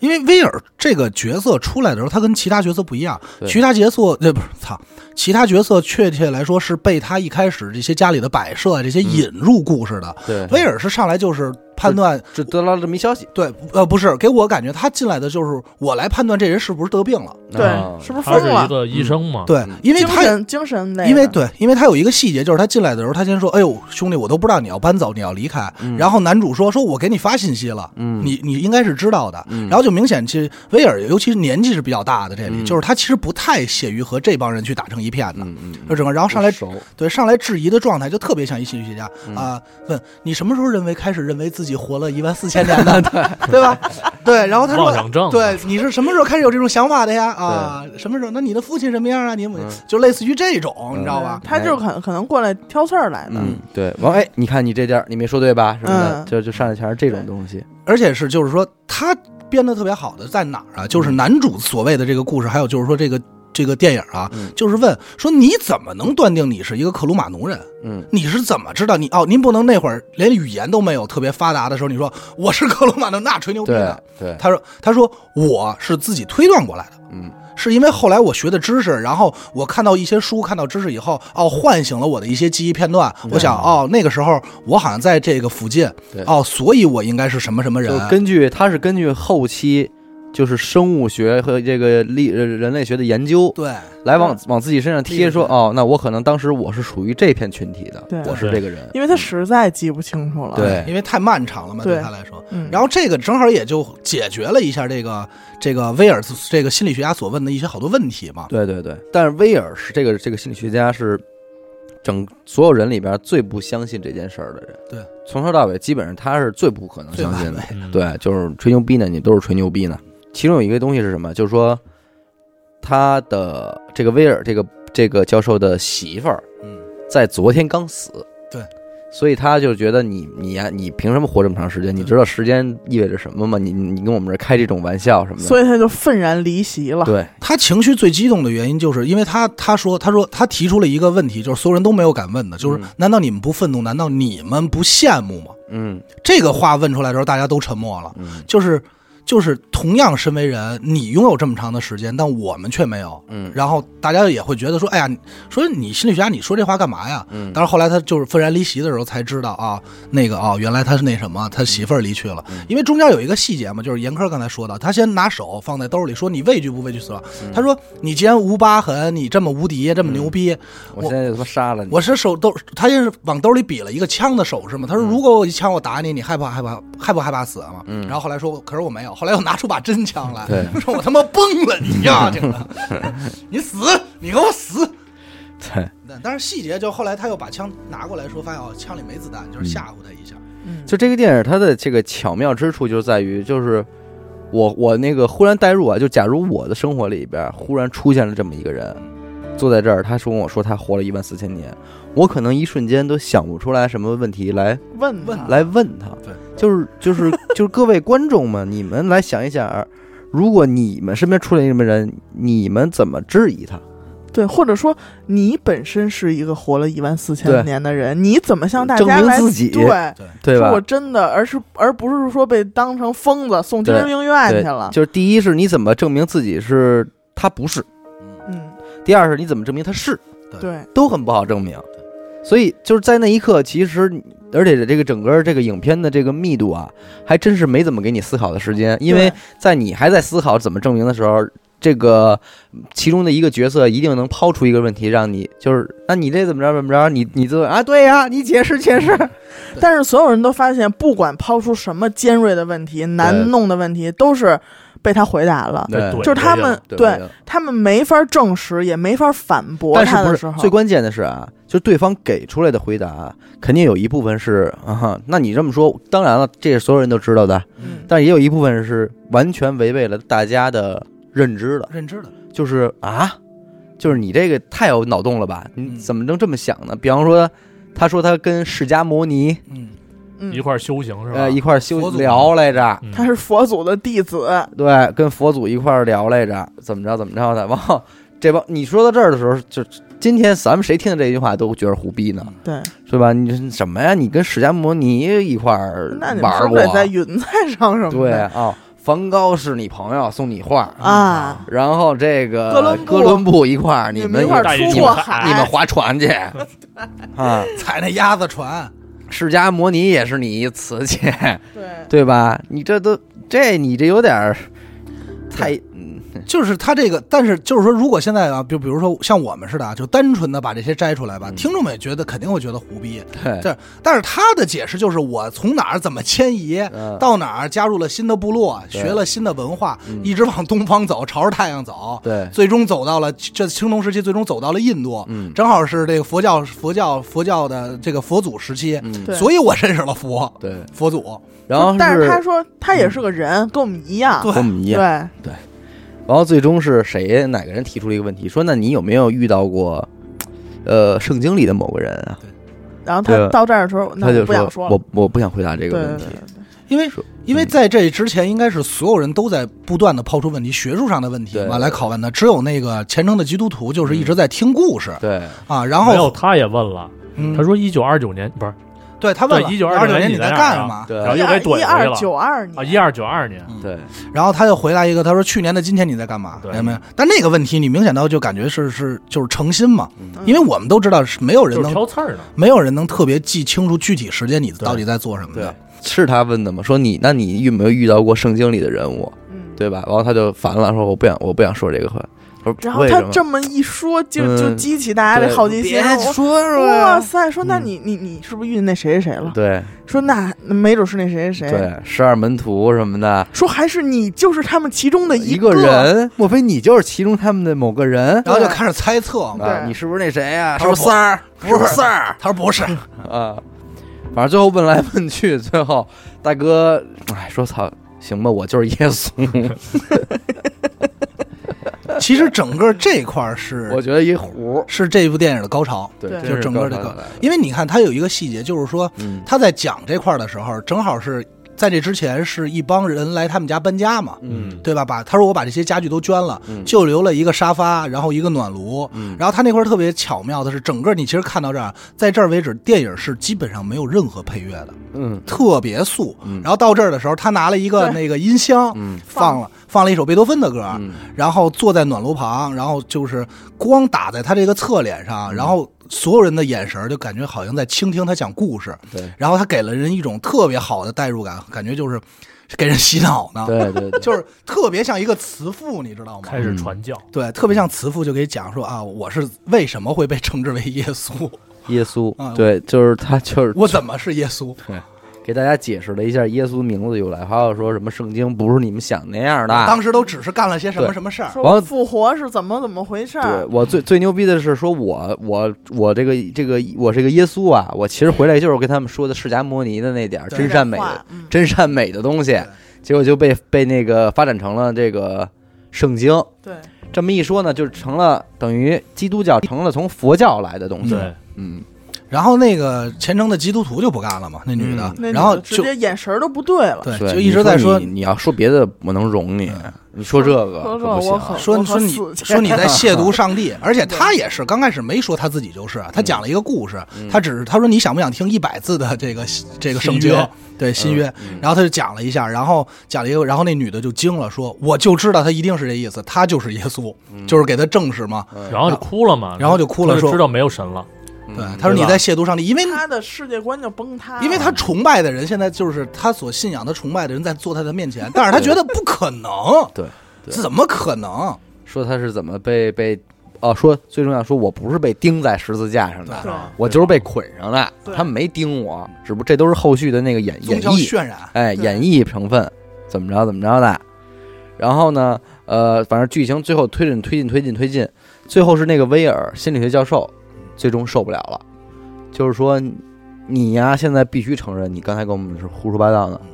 Speaker 2: 因为威尔这个角色出来的时候，他跟其他角色不一样，
Speaker 1: 对
Speaker 2: 其他角色呃这不是操，其他角色确切来说是被他一开始这些家里的摆设啊这些引入故事的。
Speaker 1: 对，
Speaker 2: 威尔是上来就是判断，
Speaker 1: 只得到了这么一消息，
Speaker 2: 对，呃，不是，给我感觉他进来的就是我来判断这人是不是得病了。
Speaker 1: 啊
Speaker 4: 对，是不是
Speaker 3: 他
Speaker 4: 疯
Speaker 3: 是一
Speaker 4: 了？
Speaker 3: 个医生嘛，
Speaker 2: 对
Speaker 1: 嗯，
Speaker 2: 因为
Speaker 4: 精
Speaker 2: 他
Speaker 4: 神精神类的，
Speaker 2: 因为对，因为他有一个细节，就是他进来的时候，他先说：“哎呦，兄弟，我都不知道你要搬走，你要离开。
Speaker 1: 嗯
Speaker 2: 然后男主说：“说我给你发信息了，
Speaker 1: 嗯
Speaker 2: 你你应该是知道的。
Speaker 1: 嗯
Speaker 2: 然后就明显，其实威尔尤其是年纪是比较大的，这里、
Speaker 1: 嗯
Speaker 2: 就是他其实不太屑于和这帮人去打成一片的。
Speaker 1: 嗯嗯，
Speaker 2: 就整个，然后上来
Speaker 1: 不熟
Speaker 2: 对上来质疑的状态，就特别像一心理学家啊、
Speaker 1: 嗯
Speaker 2: 问你什么时候认为开始认为自己活了一万四千 年的，对吧？对，然后他说
Speaker 3: 妄想症，啊
Speaker 2: 对，你是什么时候开始有这种想法的呀？啊，什么时候？那你的父亲什么样啊？你母亲、
Speaker 1: 嗯
Speaker 2: 就类似于这种，你知道啊吧？
Speaker 4: 对他就是可可能过来挑刺儿来的，
Speaker 1: 嗯，对，王哎，你看你这点儿你没说对吧？什么的，
Speaker 4: 嗯
Speaker 1: 就就上来全是这种东西，
Speaker 2: 而且是就是说他编的特别好的在哪儿啊？
Speaker 1: 嗯
Speaker 2: 就是男主所谓的这个故事，还有就是说这个这个电影啊，
Speaker 1: 嗯
Speaker 2: 就是问说你怎么能断定你是一个克鲁马农人？
Speaker 1: 嗯，
Speaker 2: 你是怎么知道你哦？您不能那会儿连语言都没有特别发达的时候，你说我是克鲁马农，那吹牛逼
Speaker 1: 对
Speaker 2: 的。
Speaker 1: 对，
Speaker 2: 他说他说我是自己推断过来的。
Speaker 1: 嗯
Speaker 2: 是因为后来我学的知识，然后我看到一些书，看到知识以后，哦，唤醒了我的一些记忆片段。我想，哦，那个时候我好像在这个附近
Speaker 1: 嗯对，
Speaker 2: 哦，所以我应该是什么什么人啊
Speaker 1: 就。根据他是根据后期就是生物学和这个历呃人类学的研究，
Speaker 2: 对，
Speaker 1: 来往往自己身上贴，
Speaker 2: 对
Speaker 1: 说
Speaker 2: 对对
Speaker 1: 哦，那我可能当时我是属于这片群体的
Speaker 4: 对，
Speaker 1: 我是这个人，嗯
Speaker 4: 因为他实在记不清楚了。
Speaker 1: 对
Speaker 2: 因为太漫长了嘛，对
Speaker 4: 对
Speaker 2: 他来说。
Speaker 4: 嗯，
Speaker 2: 然后这个正好也就解决了一下这个这个威尔斯这个心理学家所问的一些好多问题嘛。
Speaker 1: 对对对。但是威尔是这个这个心理学家是整所有人里边最不相信这件事儿的人，
Speaker 2: 对，
Speaker 1: 从头到尾基本上他是最不可能
Speaker 2: 最
Speaker 1: 相
Speaker 2: 完
Speaker 1: 信
Speaker 2: 美
Speaker 1: 的，
Speaker 3: 嗯，
Speaker 1: 对，就是吹牛逼呢，你都是吹牛逼呢。其中有一个东西是什么？就是说他的这个威尔这个这个教授的媳妇儿
Speaker 2: 嗯，
Speaker 1: 在昨天刚死。
Speaker 2: 对，
Speaker 1: 所以他就觉得你你呀，你凭什么活这么长时间？你知道时间意味着什么吗？你你你跟我们这开这种玩笑什么的，
Speaker 4: 所以他就愤然离席了。
Speaker 1: 对，
Speaker 2: 他情绪最激动的原因，就是因为他他说他说他提出了一个问题，就是所有人都没有敢问的，就是
Speaker 1: 嗯
Speaker 2: 难道你们不愤怒？难道你们不羡慕吗？
Speaker 1: 嗯
Speaker 2: 这个话问出来之后，大家都沉默了。
Speaker 1: 嗯
Speaker 2: 就是就是同样身为人，你拥有这么长的时间，但我们却没有。
Speaker 1: 嗯
Speaker 2: 然后大家也会觉得说，哎呀，你说你心理学家，你说这话干嘛呀？
Speaker 1: 嗯，
Speaker 2: 当然后来他就是愤然离席的时候才知道啊，那个啊，原来他是那什么，他媳妇儿离去了。因为中间有一个细节嘛，就是严科刚才说的，他先拿手放在兜里说：“你畏惧不畏惧死亡？”他说：“你既然无疤痕，你这么无敌，这么牛逼，
Speaker 1: 我现在就他妈杀了你，
Speaker 2: 我是手兜，他先是往兜里比了一个枪的手势嘛。他
Speaker 1: 嗯
Speaker 2: 说：“如果我一枪我打你，你害不害怕？害不害怕死啊嘛？”然后后来说：“可是我没有。”后来又拿出把真枪来，
Speaker 1: 对
Speaker 2: 啊 说：“我他妈崩了你呀！这个，你死，你给我死！”
Speaker 1: 对，
Speaker 2: 但但是细节就后来他又把枪拿过来说，发现哦，枪里没子弹，就是
Speaker 1: 嗯
Speaker 2: 吓唬他一下。
Speaker 4: 嗯，
Speaker 1: 就这个电影它的这个巧妙之处就在于，就是我我那个忽然代入啊，就假如我的生活里边忽然出现了这么一个人，坐在这儿，他说跟我说他活了一万四千年，我可能一瞬间都想不出来什么问题来
Speaker 4: 问
Speaker 2: 问
Speaker 4: 他
Speaker 1: 来问他。
Speaker 2: 对，
Speaker 1: 就是就是就是各位观众们， 你们来想一想，如果你们身边出现什么人，你们怎么质疑他？
Speaker 4: 对，或者说你本身是一个活了一万四
Speaker 1: 对
Speaker 4: 千年的人，你怎么向大
Speaker 1: 证
Speaker 4: 家
Speaker 1: 明
Speaker 4: 来
Speaker 1: 自己
Speaker 4: 对，
Speaker 1: 对
Speaker 4: 说
Speaker 1: 吧
Speaker 4: 我？真的，而是而不是说被当成疯子送精神病院
Speaker 1: 对
Speaker 4: 去了。
Speaker 1: 就是第一是你怎么证明自己是他不是，
Speaker 4: 嗯，
Speaker 1: 第二是你怎么证明他是。
Speaker 4: 对，
Speaker 1: 都很不好证明。所以就是在那一刻，其实而且这个整个这个影片的这个密度啊，还真是没怎么给你思考的时间，因为
Speaker 4: 对
Speaker 1: 在你还在思考怎么证明的时候，这个其中的一个角色一定能抛出一个问题，让你就是那你这怎么着怎么着，你你就啊对呀、你解释解释，
Speaker 4: 但是所有人都发现，不管抛出什么尖锐的问题、难弄的问题，都是被他回答了。
Speaker 1: 对
Speaker 4: 就是他们
Speaker 1: 对
Speaker 4: 对他们没法证实，也没法反驳
Speaker 1: 但是
Speaker 4: 他
Speaker 1: 不
Speaker 4: 的
Speaker 1: 是
Speaker 4: 时候，
Speaker 1: 最关键的是啊，就是对方给出来的回答，肯定有一部分是啊哈，那你这么说，当然了，这是所有人都知道的，
Speaker 4: 嗯
Speaker 1: 但也有一部分是完全违背了大家的认知的，
Speaker 2: 认知的，
Speaker 1: 就是啊，就是你这个太有脑洞了吧？你
Speaker 2: 嗯
Speaker 1: 怎么能这么想呢？比方说，他说他跟释迦摩尼
Speaker 2: 嗯，
Speaker 4: 嗯
Speaker 3: 一块儿修行是吧？
Speaker 1: 呃一块儿
Speaker 2: 佛
Speaker 1: 修
Speaker 2: 祖
Speaker 1: 聊来着，
Speaker 3: 嗯
Speaker 4: 他是佛祖的 弟子，
Speaker 1: 对，跟佛祖一块儿聊来着，怎么着怎么着的。然后这帮你说到这儿的时候，就今天咱们谁听这句话都觉得胡逼呢，
Speaker 4: 对，
Speaker 1: 是吧？你什么呀？你跟释迦摩尼一块儿
Speaker 4: 那你们
Speaker 1: 玩
Speaker 4: 是
Speaker 1: 儿
Speaker 4: 不
Speaker 1: 过
Speaker 4: 是得？在云彩上什么
Speaker 1: 对
Speaker 4: 的
Speaker 1: 啊、梵高是你朋友，送你画。
Speaker 4: 啊？
Speaker 1: 然后这个
Speaker 4: 哥伦布
Speaker 1: 布一块儿，
Speaker 4: 你
Speaker 1: 你
Speaker 4: 们
Speaker 1: 们
Speaker 4: 一块儿
Speaker 3: 带着
Speaker 4: 出
Speaker 3: 你
Speaker 4: 过
Speaker 3: 们
Speaker 4: 海，
Speaker 1: 你们划船去哎 啊！
Speaker 2: 踩那鸭子船，
Speaker 1: 释迦摩尼也是你一瓷器，
Speaker 4: 对
Speaker 1: 对吧？你这都这你这有点儿太嗯
Speaker 2: 就是他这个，但是就是说，如果现在啊，就比如说像我们似的啊，就单纯的把这些摘出来吧，
Speaker 1: 嗯
Speaker 2: 听众们也觉得肯定会觉得胡逼。啊
Speaker 1: 对，
Speaker 2: 这但是他的解释就是我从哪儿怎么迁移，
Speaker 1: 嗯
Speaker 2: 到哪儿加入了新的部落，
Speaker 1: 对
Speaker 2: 学了新的文化，
Speaker 1: 嗯
Speaker 2: 一直往东方走，朝着太阳走，
Speaker 1: 对，
Speaker 2: 最终走到了这青铜时期，最终走到了印度，
Speaker 1: 嗯
Speaker 2: 正好是这个佛教佛教佛教的这个佛祖时期，
Speaker 1: 嗯
Speaker 4: 对
Speaker 2: 所以我认识了佛
Speaker 1: 对。
Speaker 2: 佛祖。
Speaker 1: 然后嗯
Speaker 4: 但是他说他也是个人，跟我们一样，
Speaker 1: 跟我们一
Speaker 4: 对
Speaker 1: 样，然后最终是谁哪个人提出了一个问题，说那你有没有遇到过呃圣经里的某个人啊？
Speaker 4: 然后他
Speaker 1: 对啊
Speaker 4: 到这儿的时候，那
Speaker 1: 他就
Speaker 4: 我不想说了
Speaker 1: 我，我不想回答这
Speaker 4: 对
Speaker 1: 个
Speaker 4: 对
Speaker 1: 问题
Speaker 4: 对，，
Speaker 2: 因为
Speaker 1: 是嗯
Speaker 2: 因为在这之前，应该是所有人都在不断的抛出问题，学术上的问题
Speaker 1: 对嗯
Speaker 2: 嘛来拷问他。只有那个虔诚的基督徒，就是一直在听故事
Speaker 1: 对
Speaker 2: 啊。然
Speaker 3: 没有，
Speaker 2: 后
Speaker 3: 他也问了，
Speaker 2: 嗯
Speaker 3: 他说一九二九年不是
Speaker 2: 对他问
Speaker 3: 对
Speaker 2: 了
Speaker 3: 1929
Speaker 2: 九年你
Speaker 3: 你在哪儿
Speaker 2: 干
Speaker 3: 啊
Speaker 2: 什么？
Speaker 1: 对
Speaker 3: 然后又给怼回
Speaker 4: 一
Speaker 3: 去
Speaker 4: 二
Speaker 3: 了
Speaker 4: 九二年
Speaker 3: 啊，一二九二年，
Speaker 2: 嗯
Speaker 1: 对，
Speaker 2: 然后他又回答一个，他说去年的今天你在干嘛？
Speaker 3: 对
Speaker 2: 明白没有？但那个问题你明显到就感觉是是就是诚心嘛，
Speaker 1: 嗯
Speaker 2: 因为我们都知道是没有人
Speaker 3: 就是
Speaker 2: 能
Speaker 3: 挑刺儿呢。
Speaker 2: 没有人能特别记清楚具体时间你到底在做什么
Speaker 1: 对
Speaker 2: 的。，
Speaker 1: 是他问的嘛？说你那你有没有遇到过圣经里的人物？
Speaker 4: 嗯，
Speaker 1: 对吧？然后他就烦了，说我不想，我不想说这个话。我说
Speaker 4: 然后
Speaker 1: 为
Speaker 4: 他
Speaker 1: 什么
Speaker 4: 这么一说，就
Speaker 1: 嗯
Speaker 4: 就激起大家
Speaker 1: 对
Speaker 4: 的好奇心。我
Speaker 2: 说
Speaker 4: 哇塞，说那
Speaker 1: 嗯
Speaker 4: 你你你是不是遇见那谁谁谁了？
Speaker 1: 对
Speaker 4: 说那没准是那谁谁谁。
Speaker 1: 对十二门徒什么的，
Speaker 4: 说还是你就是他们其中的
Speaker 1: 一
Speaker 4: 个，
Speaker 1: 人，莫非你就是其中他们的某个人
Speaker 2: 然后就开始猜测嘛。
Speaker 1: 啊？
Speaker 4: 对
Speaker 1: 你是不是那谁呀、
Speaker 2: 他
Speaker 1: 是
Speaker 2: 说
Speaker 1: 不是三儿？
Speaker 2: 不是
Speaker 1: 是
Speaker 2: 三儿，他说不是，
Speaker 1: 啊？反正最后问来问去， 最后大哥哎说操，行吧，我就是耶稣，
Speaker 2: 其实整个这块儿是
Speaker 1: 我觉得一胡儿。
Speaker 2: 是这部电影的高潮，
Speaker 1: 对
Speaker 4: 对
Speaker 1: 真是
Speaker 2: 就整个
Speaker 1: 高
Speaker 2: 这
Speaker 1: 潮
Speaker 2: 个
Speaker 1: 来了
Speaker 2: 因为你看他有一个细节，就是说
Speaker 1: 嗯
Speaker 2: 他在讲这块儿的时候，正好是在这之前是一帮人来他们家搬家嘛，
Speaker 1: 嗯
Speaker 2: 对吧？把他说我把这些家具都捐了，
Speaker 1: 嗯
Speaker 2: 就留了一个沙发，然后一个暖炉。
Speaker 1: 嗯，
Speaker 2: 然后他那块儿特别巧妙的是，整个你其实看到这儿，啊在这儿为止，电影是基本上没有任何配乐的，
Speaker 1: 嗯
Speaker 2: 特别素。
Speaker 1: 嗯
Speaker 2: 然后到这儿的时候，他拿了一个
Speaker 4: 对
Speaker 2: 那个音箱
Speaker 1: 嗯
Speaker 2: 放了放了一首贝多芬的歌，
Speaker 1: 嗯
Speaker 2: 然后坐在暖炉旁，然后就是光打在他这个侧脸
Speaker 1: 嗯
Speaker 2: 上，然后所有人的眼神儿就感觉好像在倾听他讲故事，
Speaker 1: 对
Speaker 2: 然后他给了人一种特别好的代入感，感觉就是给人洗脑呢，
Speaker 1: 对对 对，
Speaker 2: 就是特别像一个慈父，你知道吗？
Speaker 3: 开
Speaker 1: 嗯
Speaker 3: 始传教，
Speaker 2: 对，特别像慈父，就给讲说啊，我是为什么会被称之为耶稣，
Speaker 1: 耶稣
Speaker 2: 啊，
Speaker 1: 对，就是他就是
Speaker 2: 我怎么是耶稣？
Speaker 1: 给大家解释了一下耶稣名字的由来，还有说什么圣经不是你们想那样的。
Speaker 2: 当时都只是干了些什么什么事儿，
Speaker 4: 说
Speaker 1: 王
Speaker 4: 复活是怎么怎么回事
Speaker 1: 对
Speaker 4: 儿？
Speaker 1: 我最最牛逼的是，说我我我这个这个我这个耶稣啊，我其实回来就是跟他们说的释迦摩尼的那点儿
Speaker 2: 对
Speaker 1: 真善美的
Speaker 4: 话，嗯
Speaker 1: 真善美的东西
Speaker 2: 对，
Speaker 1: 结果就被被那个发展成了这个圣经。
Speaker 4: 对，
Speaker 1: 这么一说呢，就成了等于基督教成了从佛教来的东西。
Speaker 3: 对，
Speaker 1: 嗯，
Speaker 2: 然后那个虔诚的基督徒就不干了嘛，那女的，
Speaker 4: 那女
Speaker 2: 然后
Speaker 4: 的直
Speaker 2: 就
Speaker 4: 接眼神儿都不对了。
Speaker 2: 对，
Speaker 1: 嗯对，
Speaker 2: 就一直在
Speaker 1: 你
Speaker 2: 说
Speaker 1: 你你要说别的，我能容你。
Speaker 2: 嗯
Speaker 1: 你说这个
Speaker 4: 说
Speaker 1: 可
Speaker 4: 这
Speaker 1: 不行
Speaker 4: 我可
Speaker 1: 啊。
Speaker 2: 说
Speaker 4: 我
Speaker 2: 说
Speaker 4: 可
Speaker 2: 你
Speaker 4: 死去
Speaker 2: 说你 在亵渎上帝，而且他也是刚开始没说他自己就是，啊他讲了一个故事，
Speaker 1: 嗯
Speaker 2: 他只是他说你想不想听一百字的这个这个圣
Speaker 3: 新
Speaker 2: 经
Speaker 3: 约，
Speaker 2: 对新约，
Speaker 1: 嗯
Speaker 2: 然后他就讲了一下，然后讲了一个，然后那女的就惊了，说我就知道他一定是这意思，他就是耶稣，
Speaker 1: 嗯
Speaker 2: 就是给他证实嘛，
Speaker 3: 然后就哭了嘛，
Speaker 2: 嗯然后就哭了
Speaker 3: 他就
Speaker 2: 说
Speaker 3: 知道没有神了，
Speaker 1: 嗯
Speaker 2: 对，他说你在亵渎上帝，因为
Speaker 4: 他的世界观就崩塌了，
Speaker 2: 因为他崇拜的人现在就是他所信仰、他崇拜的人在坐在他面 前，但是他觉得不可能，
Speaker 1: 对对
Speaker 2: 怎么可能？
Speaker 1: 说他是怎么被被哦，说最重要说我不是被钉在十字架上的，
Speaker 4: 对
Speaker 1: 我就是被捆上的，
Speaker 4: 对
Speaker 1: 他们没钉我，只不过这都是后续的那个演
Speaker 2: 宗
Speaker 1: 演
Speaker 2: 教
Speaker 1: 绎，
Speaker 2: 渲染，
Speaker 1: 哎，
Speaker 4: 对
Speaker 1: 演绎成分怎么着怎么着的。然后呢，呃，反正剧情最后推进推进推进推进，最后是那个威尔心理学教授最终受不了了，就是说你呀、现在必须承认你刚才跟我们是胡说八道呢，
Speaker 4: 嗯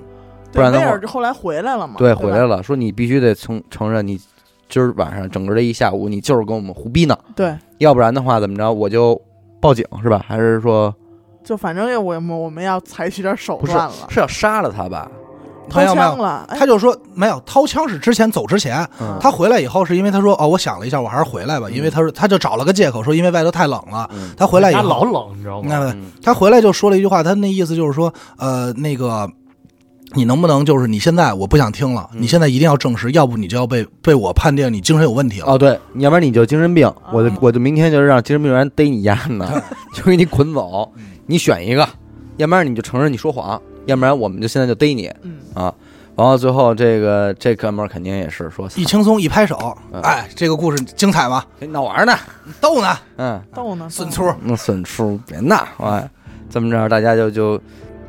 Speaker 4: 对
Speaker 1: 不然的
Speaker 4: 威
Speaker 1: 话
Speaker 4: 尔就后来回来了嘛，
Speaker 1: 对，
Speaker 4: 对，
Speaker 1: 回来，了，说你必须得承承认你今儿晚上整个这一下午你就是跟我们胡逼呢，
Speaker 4: 对，
Speaker 1: 要不然的话怎么着我就报警是吧？还是说
Speaker 4: 就反正我们我们要采取点手
Speaker 1: 不是
Speaker 4: 段了，
Speaker 1: 啊是要杀了他吧？
Speaker 4: 掏
Speaker 2: 没有没
Speaker 4: 枪
Speaker 2: 有，
Speaker 4: 了，哎
Speaker 2: 他就说没有掏枪是之前走之前，
Speaker 1: 嗯
Speaker 2: 他回来以后是因为他说哦，我想了一下，我还是回来吧，
Speaker 1: 嗯
Speaker 2: 因为他说他就找了个借口说因为外头太冷了，
Speaker 1: 嗯
Speaker 2: 他回来以
Speaker 3: 他老
Speaker 2: 后，
Speaker 3: 冷，你知道吗？
Speaker 2: 那
Speaker 1: 嗯
Speaker 2: 他回来就说了一句话，他那意思就是说呃那个。你能不能就是你现在我不想听了，
Speaker 1: 嗯
Speaker 2: 你现在一定要证实，要不你就要被被我判定你精神有问题了。
Speaker 1: 哦，对，你要不然你就精神病，我就我就明天就让精神病人逮你丫呢， 就给你捆走，你选一个，要不然你就承认你说谎，要不然我们就现在就逮你
Speaker 4: 嗯，
Speaker 1: 啊！完了最后这个这哥们儿肯定也是说，
Speaker 2: 一轻松一拍手
Speaker 1: 嗯，
Speaker 2: 哎，这个故事精彩吗？
Speaker 1: 操闹玩儿呢，
Speaker 2: 逗呢，
Speaker 1: 嗯，
Speaker 4: 逗呢，
Speaker 2: 孙
Speaker 4: 逗呢
Speaker 2: 粗，
Speaker 1: 那损叔别闹，哎，这么着大家就就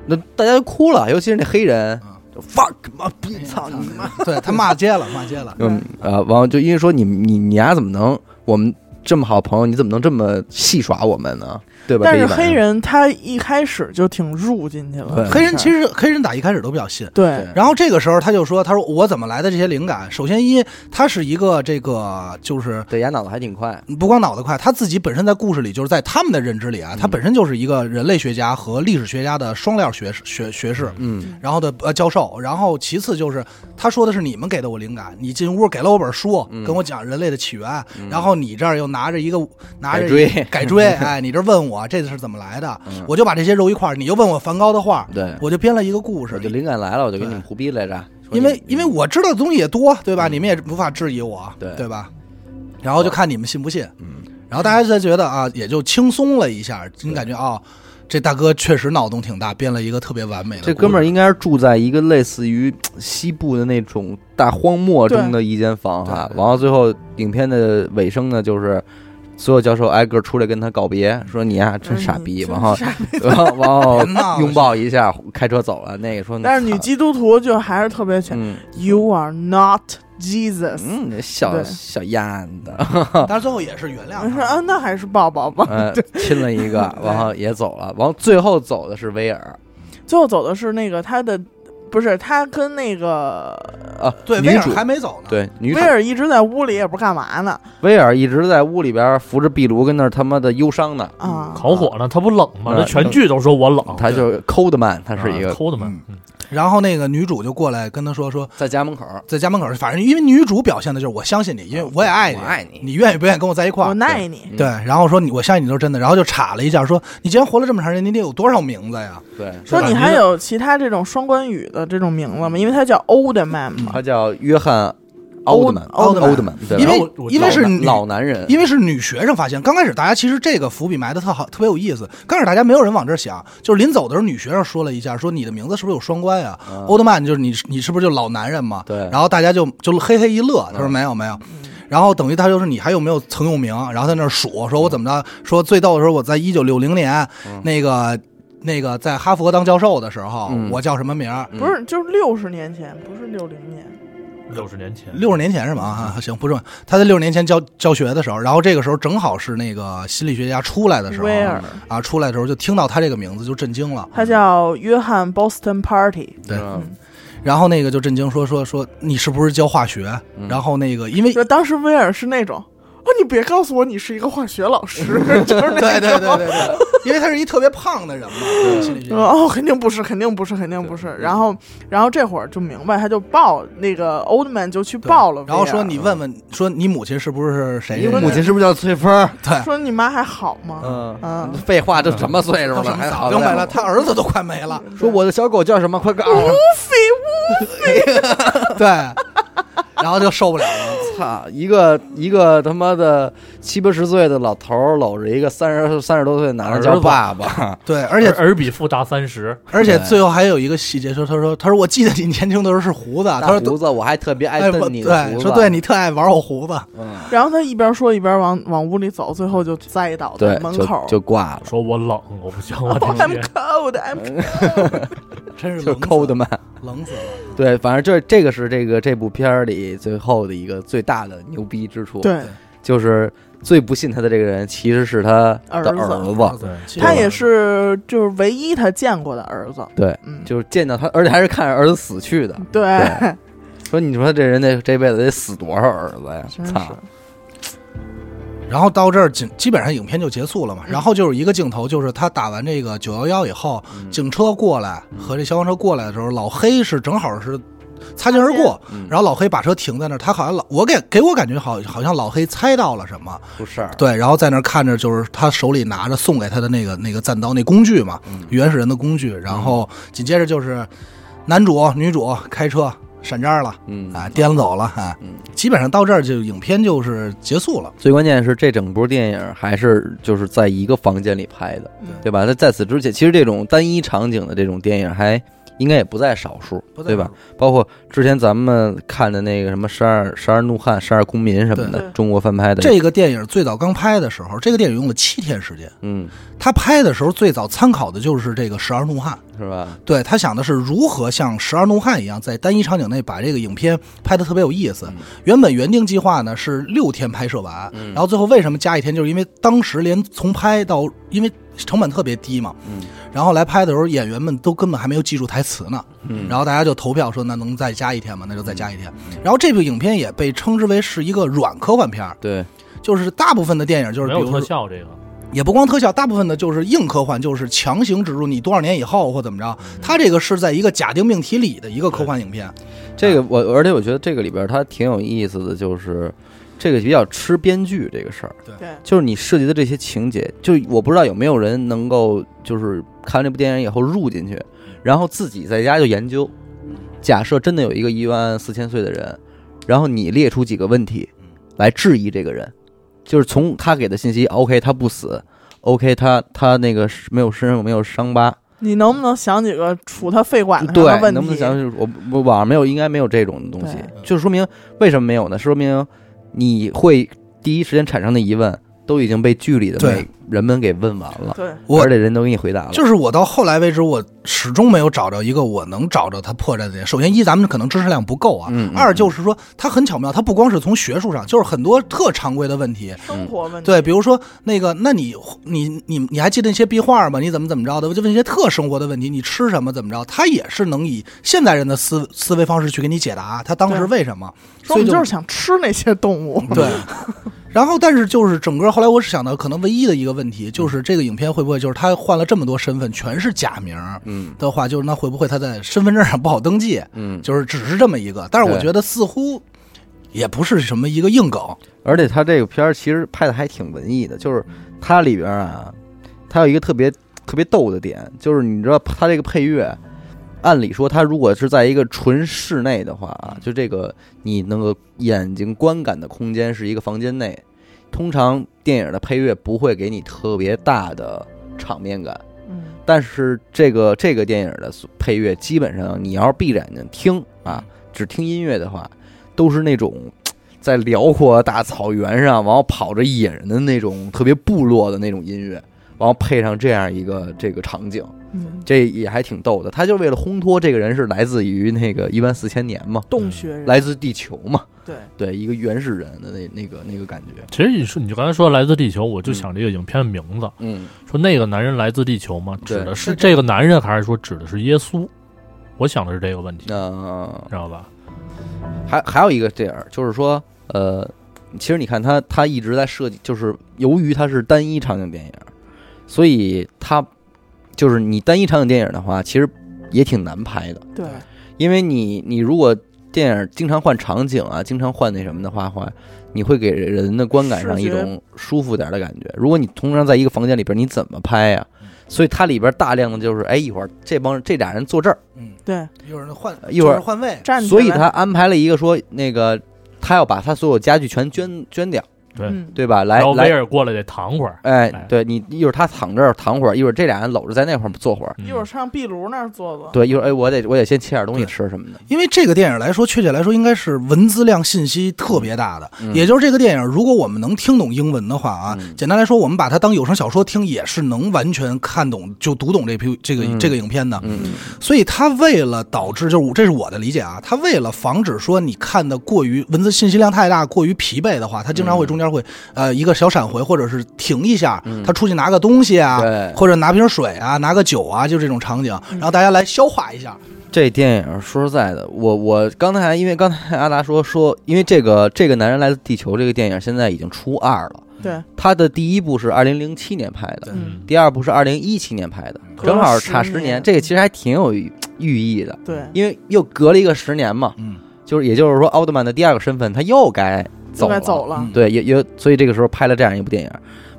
Speaker 1: 那大家就哭了，尤其是那黑人
Speaker 2: 嗯
Speaker 1: 就，fuck 妈逼，操你妈！
Speaker 2: 对他骂街了，骂街了。
Speaker 1: 嗯呃，完了就因为说你你你丫怎么能我们这么好朋友，你怎么能这么戏耍我们呢？对吧？
Speaker 4: 但
Speaker 1: 这
Speaker 4: 是
Speaker 1: 一晚上
Speaker 4: 黑人他一开始就挺入进去了
Speaker 1: 对，
Speaker 2: 黑人其实黑人打一开始都比较信，
Speaker 4: 对嗯
Speaker 1: 对
Speaker 2: 然后这个时候他就说：“他说我怎么来的这些灵感？首先一，他是一个这个就是
Speaker 1: 对，丫脑子还挺快，
Speaker 2: 不光脑子快，他自己本身在故事里就是在他们的认知里
Speaker 1: 嗯
Speaker 2: 啊，他本身就是一个人类学家和历史学家的双料学士学学士。”
Speaker 1: 嗯
Speaker 2: 然后的呃教授，然后其次就是他说的是你们给的我灵感，你进屋给了我本书，
Speaker 1: 嗯
Speaker 2: 跟我讲人类的起源，然后你这儿又拿着一个拿
Speaker 1: 改
Speaker 2: 着一
Speaker 1: 锥
Speaker 2: 改锥，哎，你这问我这是怎么来的，
Speaker 1: 嗯
Speaker 2: 我就把这些揉一块儿，你又问我梵高的画，
Speaker 1: 对，
Speaker 2: 我就编了一个故事
Speaker 1: 我就，灵感来了，我就给你
Speaker 2: 对
Speaker 1: 们胡逼来着，说
Speaker 2: 因为
Speaker 1: 你
Speaker 2: 因为我知道的东西也多，对吧？
Speaker 1: 嗯
Speaker 2: 你们也无法质疑我，
Speaker 1: 对
Speaker 2: 对吧？然后就看你们信不信，
Speaker 1: 嗯
Speaker 2: 然后大家就觉得啊，也就轻松了一下，你感觉啊、哦这大哥确实脑洞挺大，编了一个特别完美的故
Speaker 1: 这
Speaker 2: 事。
Speaker 1: 哥们儿应该是住在一个类似于嘖西部的那种大荒漠中的一间房哈。
Speaker 2: 对对
Speaker 1: 完了，最后影片的尾声呢，就是所有教授挨个出来跟他告别，说你呀、真傻逼，
Speaker 4: 嗯
Speaker 1: 然后
Speaker 4: 真傻逼
Speaker 1: 然后然 后
Speaker 2: 别闹了
Speaker 1: 拥抱一下，开车走了。那个说，
Speaker 4: 但是女
Speaker 1: 操
Speaker 4: 基督徒就还是特别全
Speaker 1: 嗯
Speaker 4: ，You are not Jesus。
Speaker 1: 嗯，那小
Speaker 4: 对
Speaker 1: 小丫的，
Speaker 2: 但是最后也是原谅
Speaker 4: 你说
Speaker 2: 他
Speaker 4: 啊，，那还是抱抱吧。
Speaker 1: 嗯，亲了一个，然后也走了。完了，最后走的是威
Speaker 2: 啊
Speaker 1: 尔
Speaker 4: 最后走的是那个他的，不是他跟那个
Speaker 1: 啊，
Speaker 2: 对，
Speaker 1: 女
Speaker 2: 威尔
Speaker 1: 主
Speaker 2: 还没走呢，，
Speaker 1: 对女主
Speaker 4: 威尔一直在屋里也不干嘛呢
Speaker 1: 威尔一直在屋里边扶着壁炉，跟那儿他妈的忧伤呢。
Speaker 4: 啊，
Speaker 3: 烤火呢，他不冷吗？
Speaker 1: 嗯
Speaker 3: 他全剧都说我冷，啊
Speaker 1: 他就是 cold man，他是一个
Speaker 3: 抠的嘛
Speaker 2: 嗯。然后那个女主就过来跟他说说，
Speaker 1: 在家门口，
Speaker 2: 在家门口，反正因为女主表现的就是我相信你，因为我也爱你，
Speaker 1: 啊我爱你
Speaker 2: 你愿意不愿意跟我在一块儿？
Speaker 4: 我耐你。
Speaker 1: 嗯
Speaker 2: 对，然后说你我相信你都是真的，然后就查了一下，说你既然活了这么长时间，你得有多少名字呀？
Speaker 1: 对，
Speaker 4: 说
Speaker 2: 对吧
Speaker 4: 你还有其他这种双关语的这种名字吗？因为他叫 Old Man 嘛。
Speaker 1: 他叫约翰奥德曼，
Speaker 4: 奥
Speaker 1: 德
Speaker 4: 德
Speaker 1: 曼
Speaker 4: 曼
Speaker 1: 奥德曼，对
Speaker 2: 因
Speaker 1: 吧
Speaker 2: 为
Speaker 3: 然后我我
Speaker 2: 因为是女
Speaker 1: 老男人，
Speaker 2: 因为是女学生发现，刚开始大家其实这个伏笔埋的特好，特别有意思。刚开始大家没有人往这儿想，就是临走的时候，女学生说了一下，说你的名字是不是有双关呀？
Speaker 1: 嗯
Speaker 2: 欧德曼就是你，你是不是就老男人嘛？
Speaker 1: 对
Speaker 2: 然后大家就就嘿嘿一乐，他说
Speaker 1: 嗯
Speaker 2: 没有没有。然后等于他就是你还有没有曾用名？然后在那儿数，说我怎么着？说最逗的时候我在一九六零年、那个。那个在哈佛当教授的时候，
Speaker 1: 嗯
Speaker 2: 我叫什么名儿？
Speaker 1: 嗯
Speaker 4: 不是，就是六十年前，不是六零年。
Speaker 3: 六十年前，
Speaker 2: 六十年前是吗？啊，行，不重要。他在六十年前教教学的时候，然后这个时候正好是那个心理学家出来的时候
Speaker 4: 威尔，
Speaker 2: 啊，出来的时候就听到他这个名字就震惊了，
Speaker 4: 他叫约翰 Boston Party。
Speaker 2: 对
Speaker 1: 嗯
Speaker 2: 然后那个就震惊说说说你是不是教化学？
Speaker 1: 嗯
Speaker 2: 然后那个因为
Speaker 4: 就当时威尔是那种，哦，你别告诉我你是一个化学老师， 就是那种。
Speaker 2: 对对对对对，因为他是一特别胖的人嘛，心理学
Speaker 4: 呃
Speaker 2: 家。
Speaker 4: 哦，肯定不是，肯定不是，肯定不是。
Speaker 1: 对
Speaker 4: 然后，然后这会儿就明白，他就报那个 Old Man 就去
Speaker 2: 对
Speaker 4: 报了威尔，
Speaker 2: 然后说你问问，说你母亲是不是谁？
Speaker 1: 你母亲是不是叫翠芬？
Speaker 2: 对，
Speaker 4: 说你妈还好吗？
Speaker 1: 嗯，
Speaker 4: 嗯，
Speaker 1: 废话，这什么岁数了，
Speaker 2: 他
Speaker 1: 嗯
Speaker 2: 什么
Speaker 1: 还
Speaker 2: 早
Speaker 1: 好
Speaker 2: 就没
Speaker 1: 在
Speaker 2: 了，他儿子都快没了。
Speaker 1: 说我的小狗叫什么？快告诉
Speaker 4: 无
Speaker 1: 我！
Speaker 4: 非
Speaker 2: 对，然后就受不了了。
Speaker 1: 操，一个一个他妈的七八十岁的老头儿搂着一个三十三十多岁的男的叫爸爸，
Speaker 2: 对，而
Speaker 3: 而
Speaker 2: 且
Speaker 3: 尔比富达三十，
Speaker 2: 而且最后还有一个细节，说他说他说我记得你年轻的时候是胡子，啊他
Speaker 1: 大
Speaker 2: 说
Speaker 1: 胡子我还特别
Speaker 2: 哎
Speaker 1: 爱
Speaker 2: 我
Speaker 1: 瞪你的胡
Speaker 2: 对，
Speaker 1: 子，
Speaker 2: 说对你特爱玩我胡子，
Speaker 1: 嗯，
Speaker 4: 然后他一边说一边往往屋里走，最后就栽倒在
Speaker 1: 对，
Speaker 4: 门
Speaker 1: 就
Speaker 4: 口。
Speaker 1: 就挂了，
Speaker 3: 说我冷，我不行， 我天
Speaker 4: I'm
Speaker 3: 天
Speaker 4: cold, I'm
Speaker 1: 嗯
Speaker 4: cold
Speaker 2: 真是
Speaker 1: 就
Speaker 2: 冷死
Speaker 1: 抠的慢。
Speaker 2: 冷死了。
Speaker 1: 对，反正这这个是这个这部片儿里最后的一个最大的牛逼之处，，
Speaker 4: 对
Speaker 1: 就是最不信他的这个人其实是他
Speaker 4: 儿
Speaker 1: 的
Speaker 4: 子
Speaker 1: 儿子，
Speaker 3: 对
Speaker 2: 其实
Speaker 4: 他也是就是唯一他见过的儿子。
Speaker 1: 对，
Speaker 4: 嗯，
Speaker 1: 就是见到他，而且还是看着儿子死去的。
Speaker 4: 对，
Speaker 1: 对说你说这人得这辈子得死多少儿子呀？
Speaker 4: 真
Speaker 1: 操
Speaker 4: 是！
Speaker 2: 然后到这儿，基基本上影片就结束了嘛。
Speaker 4: 嗯
Speaker 2: 然后就是一个镜头，就是他打完这个九幺幺以后，警车过来和这消防车过来的时候，老黑是正好是擦肩而过，
Speaker 1: 嗯
Speaker 2: 然后老黑把车停在那儿，他好像老我给给我感觉好好像老黑猜到了什么，
Speaker 1: 出事儿，啊
Speaker 2: 对，然后在那儿看着就是他手里拿着送给他的那个那个战刀那工具嘛，
Speaker 1: 嗯
Speaker 2: 原始人的工具，然后紧接着就是男主女主开车闪渣了。
Speaker 1: 嗯
Speaker 2: 啊，颠了走了啊！
Speaker 1: 嗯
Speaker 2: 基本上到这儿就影片就是结束了。
Speaker 1: 最关键是这整部电影还是就是在一个房间里拍的，
Speaker 4: 嗯
Speaker 1: 对吧？那在此之前，其实这种单一场景的这种电影还应该也不在少数，
Speaker 2: 不再
Speaker 1: 对吧
Speaker 2: 说？了？
Speaker 1: 包括之前咱们看的那个什么《十二十二怒汉》《十二公民》什么
Speaker 4: 对
Speaker 1: 的，中国翻拍的，
Speaker 2: 这个电影最早刚拍的时候，这个电影用了七天时间。
Speaker 1: 嗯，
Speaker 2: 他拍的时候最早参考的就是这个《十二怒汉》，
Speaker 1: 是吧？
Speaker 2: 对他想的是如何像《十二怒汉》一样，在单一场景内把这个影片拍得特别有意思
Speaker 1: 嗯。
Speaker 2: 原本原定计划呢是六天拍摄完，
Speaker 1: 嗯
Speaker 2: 然后最后为什么加一天，就是因为当时连从拍到，因为成本特别低嘛，
Speaker 1: 嗯
Speaker 2: 然后来拍的时候演员们都根本还没有记住台词呢，
Speaker 1: 嗯，
Speaker 2: 然后大家就投票说那能再加一天吗？那就再加一天。
Speaker 3: 嗯
Speaker 2: 然后这部影片也被称之为是一个软科幻片儿，
Speaker 1: 对，
Speaker 2: 就是大部分的电影就是
Speaker 3: 没
Speaker 2: 比
Speaker 3: 有
Speaker 2: 如
Speaker 3: 特
Speaker 2: 说
Speaker 3: 效这个，
Speaker 2: 也不光特效，大部分的就是硬科幻，就是强行植入你多少年以后或怎么着。
Speaker 3: 嗯
Speaker 2: 它这个是在一个假定命题里的一个科幻影片，
Speaker 3: 嗯
Speaker 1: 这个我，而且我觉得这个里边它挺有意思的，就是这个比较吃编剧这个事儿，
Speaker 4: 对，
Speaker 1: 就是你涉及的这些情节，就我不知道有没有人能够就是看这部电影以后入进去，然后自己在家就研究。假设真的有一个一万四千岁的人，然后你列出几个问题
Speaker 2: 嗯
Speaker 1: 来质疑这个人，就是从他给的信息，OK，他不死，OK，他他那个是没有身上没有伤疤，
Speaker 4: 你能不能想几个除他肺管上的
Speaker 1: 对，
Speaker 4: 啊问
Speaker 1: 能不能
Speaker 4: 题？
Speaker 1: 想想？我我网上没有，应该没有这种东西
Speaker 4: 对，
Speaker 1: 就是说明为什么没有呢？是说明你会第一时间产生的疑问都已经被剧里的
Speaker 2: 对
Speaker 1: 每人们给问完了，
Speaker 4: 对，
Speaker 2: 我
Speaker 1: 而且人都给你回答了，
Speaker 2: 就是我到后来为止，我始终没有找着一个我能找着它破绽的点。首先一，咱们可能知识量不够啊；
Speaker 1: 嗯嗯
Speaker 2: 二就是说，它很巧妙，它不光是从学术上，就是很多特常规的问题。
Speaker 1: 嗯
Speaker 4: 生活问题。
Speaker 2: 对，比如说那个，那你你你你还记得那些壁画吗？你怎么怎么着的？我就问一些特生活的问题，你吃什么怎么着？他也是能以现代人的思思维方式去给你解答，他当时
Speaker 4: 对
Speaker 2: 为什么？
Speaker 1: 嗯
Speaker 2: 所
Speaker 4: 说我
Speaker 2: 以
Speaker 4: 们就是想吃那些动物。
Speaker 2: 对。 然后，但是就是整个后来我是想到，可能唯一的一个问题就是这个影片会不会就是他换了这么多身份，全是假名儿
Speaker 1: 嗯
Speaker 2: 的话，就是那会不会他在身份证上不好登记？
Speaker 1: 嗯，
Speaker 2: 就是只是这么一个，但是我
Speaker 1: 对
Speaker 2: 觉得似乎也不是什么一个硬梗。
Speaker 1: 而且他这个片儿其实拍的还挺文艺的，就是它里边啊，它有一个特别特别逗的点，就是你知道它这个配乐。按理说，它如果是在一个纯室内的话啊，就这个你能够眼睛观感的空间是一个房间内，通常电影的配乐不会给你特别大的场面感，
Speaker 4: 嗯，
Speaker 1: 但是这个这个电影的配乐，基本上你要是闭着眼睛听啊，只听音乐的话，都是那种嘖在辽阔的大草原上，然后跑着野人的那种特别部落的那种音乐。然后配上这样一个这个场景，
Speaker 4: 嗯，
Speaker 1: 这也还挺逗的。他就为了烘托这个人是来自于那个一万四千年嘛，
Speaker 4: 洞穴人
Speaker 1: 来自地球嘛，
Speaker 4: 对，
Speaker 1: 对，一个原始人的那那个那个感觉，
Speaker 3: 其实你说你就刚才说来自地球，
Speaker 2: 嗯
Speaker 3: 我就想这个影片名字，
Speaker 1: 嗯，
Speaker 3: 说那个男人来自地球吗？
Speaker 1: 对
Speaker 3: 指的是这个男人，还是说指的是耶稣？我想的是这个问题，
Speaker 1: 那、
Speaker 3: 知道吧？
Speaker 1: 还还有一个这样，就是说，呃，其实你看他他一直在设计，就是由于它是单一场景电影，所以它就是你单一场景电影的话，其实也挺难拍的，
Speaker 4: 对，
Speaker 1: 因为你你如果电影经常换场景啊，经常换那什么的话，话你会给人的观感上
Speaker 4: 视
Speaker 1: 一
Speaker 4: 觉
Speaker 1: 种舒服点的感觉。如果你通常在一个房间里边，你怎么拍呀、所以它里边大量的就是，哎，一会儿这帮这俩人坐这儿，
Speaker 2: 嗯，
Speaker 4: 对，
Speaker 2: 一会儿换，
Speaker 1: 呃一会儿
Speaker 2: 就是换位，
Speaker 4: 站起来，
Speaker 1: 所以他安排了一个说那个他要把他所有家具全捐捐掉，
Speaker 3: 对，
Speaker 4: 嗯，
Speaker 1: 对吧？来
Speaker 3: 然后威
Speaker 1: 来，
Speaker 3: 尔过来得躺会儿，
Speaker 1: 哎
Speaker 3: 哎，
Speaker 1: 对你一会儿他躺这儿躺会儿，一会儿这俩人搂着在那块儿坐会儿，
Speaker 3: 嗯
Speaker 4: 一会儿上壁炉那儿坐坐，
Speaker 1: 对，一会儿哎我得我得先切点东西吃什么的，
Speaker 2: 因为这个电影来说，确切来说应该是文字量信息特别大的，
Speaker 1: 嗯
Speaker 2: 也就是这个电影，如果我们能听懂英文的话啊，
Speaker 1: 嗯
Speaker 2: 简单来说，我们把它当有声小说听，也是能完全看懂就读懂这批这个、
Speaker 1: 嗯
Speaker 2: 这个影片的。
Speaker 1: 嗯
Speaker 2: 所以他为了导致，就是我这是我的理解啊，他为了防止说你看的过于文字信息量太大、过于疲惫的话，他经常会
Speaker 1: 嗯
Speaker 2: 中间会、呃一个小闪回，或者是停一下，他出去拿个东西啊。
Speaker 1: 对，嗯
Speaker 2: 或者拿瓶水啊，拿个酒啊，就这种场景，然后大家来消化一下。
Speaker 1: 这电影说实在的，我我刚才因为刚才阿达说说，因为这个这个男人来自地球这个电影现在已经初二了，
Speaker 4: 对，
Speaker 1: 他的第一部是二零零七年拍的，
Speaker 4: 嗯，
Speaker 1: 第二部是二零一七年拍的，
Speaker 4: 隔了
Speaker 1: 正好差十
Speaker 4: 10
Speaker 1: 年，
Speaker 4: 年
Speaker 1: 这个其实还挺有寓寓意的，
Speaker 4: 对，
Speaker 1: 因为又隔了一个十年嘛，
Speaker 2: 嗯，
Speaker 1: 就是也就是说，奥特曼的第二个身份他又该走
Speaker 4: 就
Speaker 1: 了，
Speaker 4: 该走了，
Speaker 2: 嗯
Speaker 1: 对，也也所以这个时候拍了这样一部电影。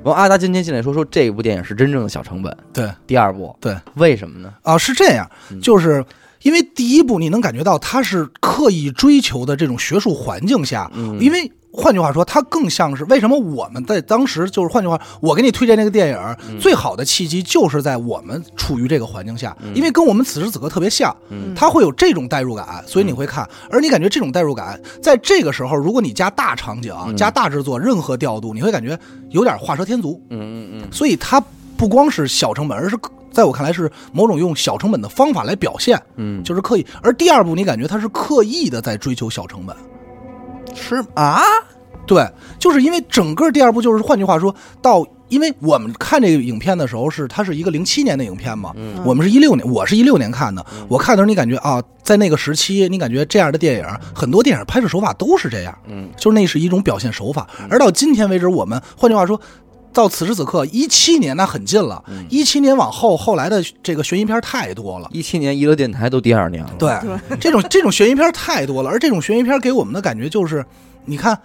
Speaker 1: 然后阿达今天进来说说这部电影是真正的小成本，
Speaker 2: 对，
Speaker 1: 第二部，
Speaker 2: 对，
Speaker 1: 为什么呢？
Speaker 2: 啊，是这样
Speaker 1: 嗯，
Speaker 2: 就是因为第一部你能感觉到他是刻意追求的这种学术环境下，
Speaker 1: 嗯
Speaker 2: 因为。换句话说，它更像是为什么我们在当时就是换句话，我给你推荐这个电影儿，
Speaker 1: 嗯
Speaker 2: 最好的契机就是在我们处于这个环境下，因为跟我们此时此刻特别像，
Speaker 1: 嗯
Speaker 2: 它会有这种代入感，所以你会看。而你感觉这种代入感，在这个时候，如果你加大场景、啊
Speaker 1: 嗯
Speaker 2: 加大制作、任何调度，你会感觉有点画蛇添足。
Speaker 1: 嗯嗯
Speaker 2: 所以它不光是小成本，而是在我看来是某种用小成本的方法来表现，
Speaker 1: 嗯
Speaker 2: 就是刻意。而第二部你感觉它是刻意的在追求小成本，
Speaker 1: 嗯，是啊，
Speaker 2: 对，就是因为整个第二部就是换句话说到。因为我们看这个影片的时候是，它是一个零七年的影片嘛，
Speaker 1: 嗯
Speaker 2: 我们是一六年，我是一六年看的。我看的时候，你感觉啊，在那个时期，你感觉这样的电影，很多电影拍摄手法都是这样，
Speaker 1: 嗯，
Speaker 2: 就是那是一种表现手法。而到今天为止，我们换句话说，到此时此刻，一七年那很近了，
Speaker 1: 嗯
Speaker 2: 一七年往后，后来的这个悬疑片太多了。
Speaker 1: 一七年娱乐电台都第二年了，
Speaker 2: 对，这种这种悬疑片太多了，而这种悬疑片给我们的感觉就是，你看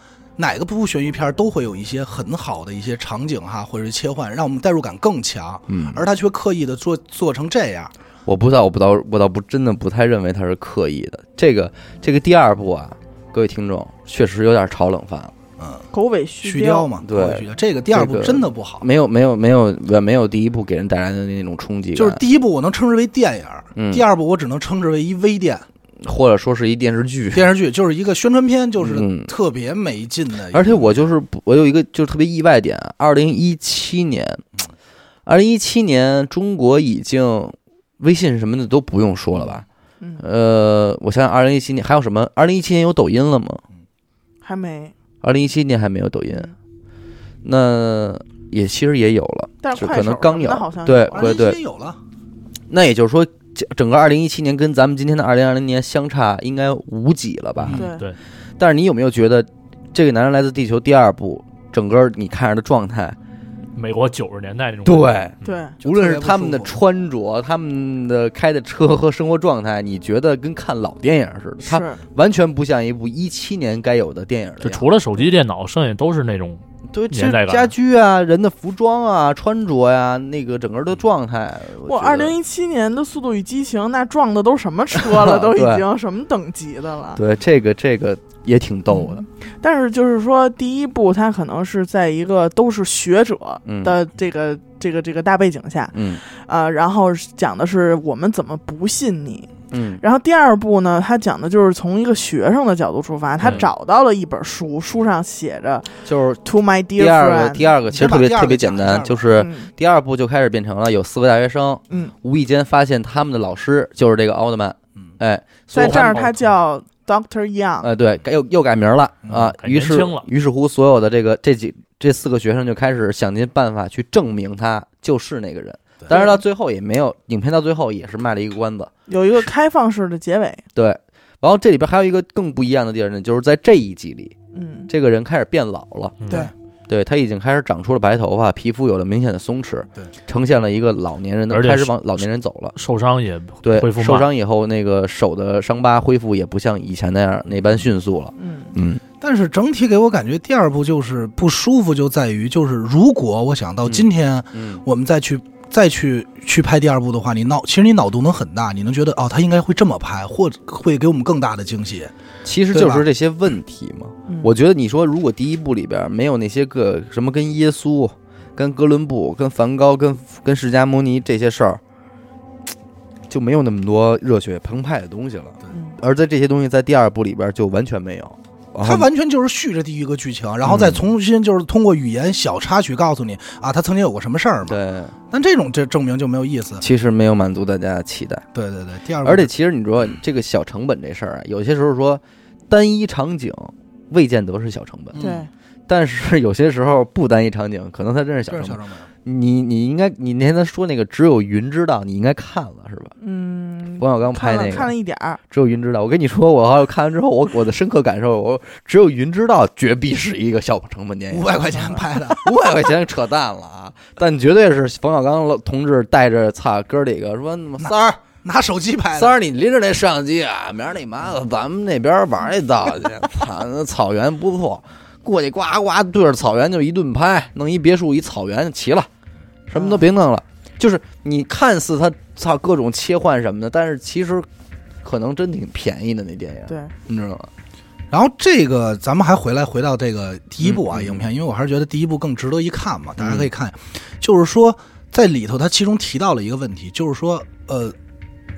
Speaker 2: 哪个部悬疑片都会有一些很好的一些场景哈，或者是切换，让我们代入感更强。
Speaker 1: 嗯，
Speaker 2: 而他却刻意的做做成这样，
Speaker 1: 我不知道，我不知道，我倒不真的不太认为他是刻意的。这个这个第二部啊，各位听众确实有点炒冷饭了，
Speaker 4: 狗 尾续
Speaker 2: 虚雕嘛，
Speaker 1: 对
Speaker 2: 口碑虚雕这个第二部
Speaker 1: 这个
Speaker 2: 真的不好，
Speaker 1: 没有没有没有没有第一部给人带来的那种冲击感，
Speaker 2: 就是第一部我能称之为电影儿，
Speaker 1: 嗯
Speaker 2: 第二部我只能称之为一 微电
Speaker 1: 或者说是一电视剧，
Speaker 2: 电视剧，就是一个宣传片，就是
Speaker 1: 嗯
Speaker 2: 特别没劲的。
Speaker 1: 而且我就是不我有一个就是特别意外的点，二零一七年，二零一七年中国已经微信什么的都不用说了吧？
Speaker 4: 嗯，
Speaker 1: 呃，我想想，二零一七年还有什么？二零一七年有抖音了吗？
Speaker 4: 还没，
Speaker 1: 二零一七年还没有抖音，
Speaker 4: 嗯
Speaker 1: 那也其实也有了，
Speaker 4: 但是
Speaker 1: 就
Speaker 4: 快
Speaker 1: 可
Speaker 4: 手
Speaker 1: 能刚
Speaker 4: 什么的
Speaker 1: 有
Speaker 4: 好像，
Speaker 1: 对
Speaker 2: 而
Speaker 1: 对
Speaker 2: 且
Speaker 1: 对
Speaker 2: 也有了，
Speaker 1: 那也就是说。这整个二零一七年跟咱们今天的二零二零年相差应该无几了吧？
Speaker 2: 嗯
Speaker 4: 对
Speaker 3: 对，
Speaker 1: 但是你有没有觉得，这个男人来自地球第二部，整个你看着的状态，
Speaker 3: 美国九十年代那种，
Speaker 1: 对，
Speaker 4: 对，
Speaker 1: 无论是他们的
Speaker 2: 就特别不舒服
Speaker 1: 穿着、他们的开的车和生活状态，你觉得跟看老电影似的，它
Speaker 4: 是
Speaker 1: 完全不像一部一七年该有的电影
Speaker 3: 就
Speaker 1: 的样子。
Speaker 3: 除了手机、电脑，剩下都是那种
Speaker 1: 对，其
Speaker 3: 年代
Speaker 1: 实
Speaker 3: 感
Speaker 1: 家居啊、人的服装啊、穿着呀、那个整个的状态，
Speaker 4: 我
Speaker 1: 我
Speaker 4: 二
Speaker 1: 觉得
Speaker 4: 零一七年的《速度与激情》那 撞的都什么车了，都已
Speaker 1: 对
Speaker 4: 经什么等级的了。嗯
Speaker 1: 对这个这个也挺逗的，
Speaker 4: 但是就是说，第一部它可能是在一个都是学者
Speaker 1: 嗯
Speaker 4: 的这个、这个这个大背景下，
Speaker 1: 嗯
Speaker 4: 呃，然后讲的是我们怎么不信你，
Speaker 1: 嗯
Speaker 4: 然后第二部呢，他讲的就是从一个学生的角度出发，他
Speaker 1: 嗯
Speaker 4: 找到了一本书，书上写着
Speaker 1: 就是。
Speaker 4: “To my
Speaker 1: 第
Speaker 4: dear
Speaker 1: 二个
Speaker 4: friend”。
Speaker 1: 第二个其实
Speaker 2: 先把
Speaker 1: 特别
Speaker 2: 第二个
Speaker 1: 特别
Speaker 2: 讲
Speaker 1: 简
Speaker 2: 第二
Speaker 1: 单，
Speaker 2: 个
Speaker 1: 就是
Speaker 4: 嗯
Speaker 1: 第二部就开始变成了有四个大学生
Speaker 4: 嗯，
Speaker 1: 无意间发现他们的老师就是这个奥特曼，
Speaker 2: 嗯
Speaker 1: 哎，所以
Speaker 4: 在这儿
Speaker 1: 们
Speaker 4: 他叫 Doctor Young。
Speaker 1: 呃对改又又改名了
Speaker 2: 嗯
Speaker 1: 啊，
Speaker 3: 改
Speaker 1: 于
Speaker 3: 年
Speaker 1: 是
Speaker 3: 轻了
Speaker 1: 于是乎所有的这个这几这四个学生就开始想尽办法去证明他就是那个人，
Speaker 2: 对
Speaker 1: 当然到最后也没有，影片到最后也是卖了一个关子，
Speaker 4: 有一个开放式的结尾。
Speaker 1: 对，然后这里边还有一个更不一样的地儿呢，就是在这一集里，
Speaker 4: 嗯，
Speaker 1: 这个人开始变老了，
Speaker 3: 嗯
Speaker 2: 对
Speaker 1: 对他已经开始长出了白头发，皮肤有了明显的松弛，
Speaker 2: 对
Speaker 1: 呈现了一个老年人的，
Speaker 3: 而且
Speaker 1: 开始
Speaker 3: 是
Speaker 1: 往老年人走了。
Speaker 3: 受伤也
Speaker 1: 对
Speaker 3: 恢，复
Speaker 1: 受
Speaker 3: 慢，
Speaker 1: 伤以后那个手的伤疤恢复也不像以前那样那般迅速了。
Speaker 4: 嗯，
Speaker 1: 嗯，
Speaker 2: 但是整体给我感觉，第二部就是不舒服，就在于就是如果我想到
Speaker 1: 嗯
Speaker 2: 今天
Speaker 1: 嗯，
Speaker 2: 我们再去再去去拍第二部的话，你脑其实你脑洞能很大，你能觉得哦，他应该会这么拍，或者会给我们更大的惊喜。
Speaker 1: 其实就是这些问题嘛。
Speaker 4: 嗯
Speaker 1: 我觉得你说如果第一部里边没有那些个什么跟耶稣、跟哥伦布、跟梵高、跟跟释迦牟尼这些事儿，就没有那么多热血澎湃的东西了。
Speaker 4: 嗯
Speaker 1: 而在这些东西在第二部里边就完全没有。哦然后
Speaker 2: 他完全就是续着第一个剧情，然后再重新就是通过语言小插曲告诉你啊，他曾经有过什么事儿嘛。
Speaker 1: 对，
Speaker 2: 但这种这证明就没有意思。
Speaker 1: 其实没有满足大家的期待。
Speaker 2: 对对对，第二部
Speaker 1: 而且其实你说这个小成本这事儿啊，有些时候说单一场景未见得是小成本，
Speaker 2: 嗯
Speaker 4: 对，
Speaker 1: 但是有些时候不单一场景，可能它真是小
Speaker 2: 这是
Speaker 1: 成
Speaker 2: 小
Speaker 1: 本。
Speaker 2: 成本。
Speaker 1: 你你应该你那天他说那个只有云知道，你应该看了是吧？
Speaker 4: 嗯，
Speaker 1: 冯小刚拍
Speaker 4: 看了
Speaker 1: 那
Speaker 4: 看了
Speaker 1: 个
Speaker 4: 一点儿，
Speaker 1: 只有云知道，我跟你说，我要看完之后，我我的深刻感受，我只有云知道绝壁是一个小成本电影
Speaker 2: 五，百块钱拍 的，
Speaker 1: 五百块钱扯淡了啊！但绝对是冯小刚同志带着操哥几个说三儿
Speaker 2: 拿手机
Speaker 4: 哎
Speaker 2: 拍的。
Speaker 1: 三儿，你拎着那摄像机啊，明儿你妈的咱们那边玩一道去， 操，那草原不错，过去呱呱对着草原就一顿拍，弄一别墅一草原就齐了，什
Speaker 4: 嗯
Speaker 1: 么都别弄了。就是你看似他操各种切换什么的，但是其实可能真挺便宜的那电影，
Speaker 4: 对，
Speaker 1: 你知道吗？
Speaker 2: 然后这个咱们还回来回到这个第一部啊，
Speaker 1: 嗯嗯嗯
Speaker 2: 影片，因为我还是觉得第一部更值得一看嘛，大家可以看。就是说在里头，他其中提到了一个问题，就是说呃。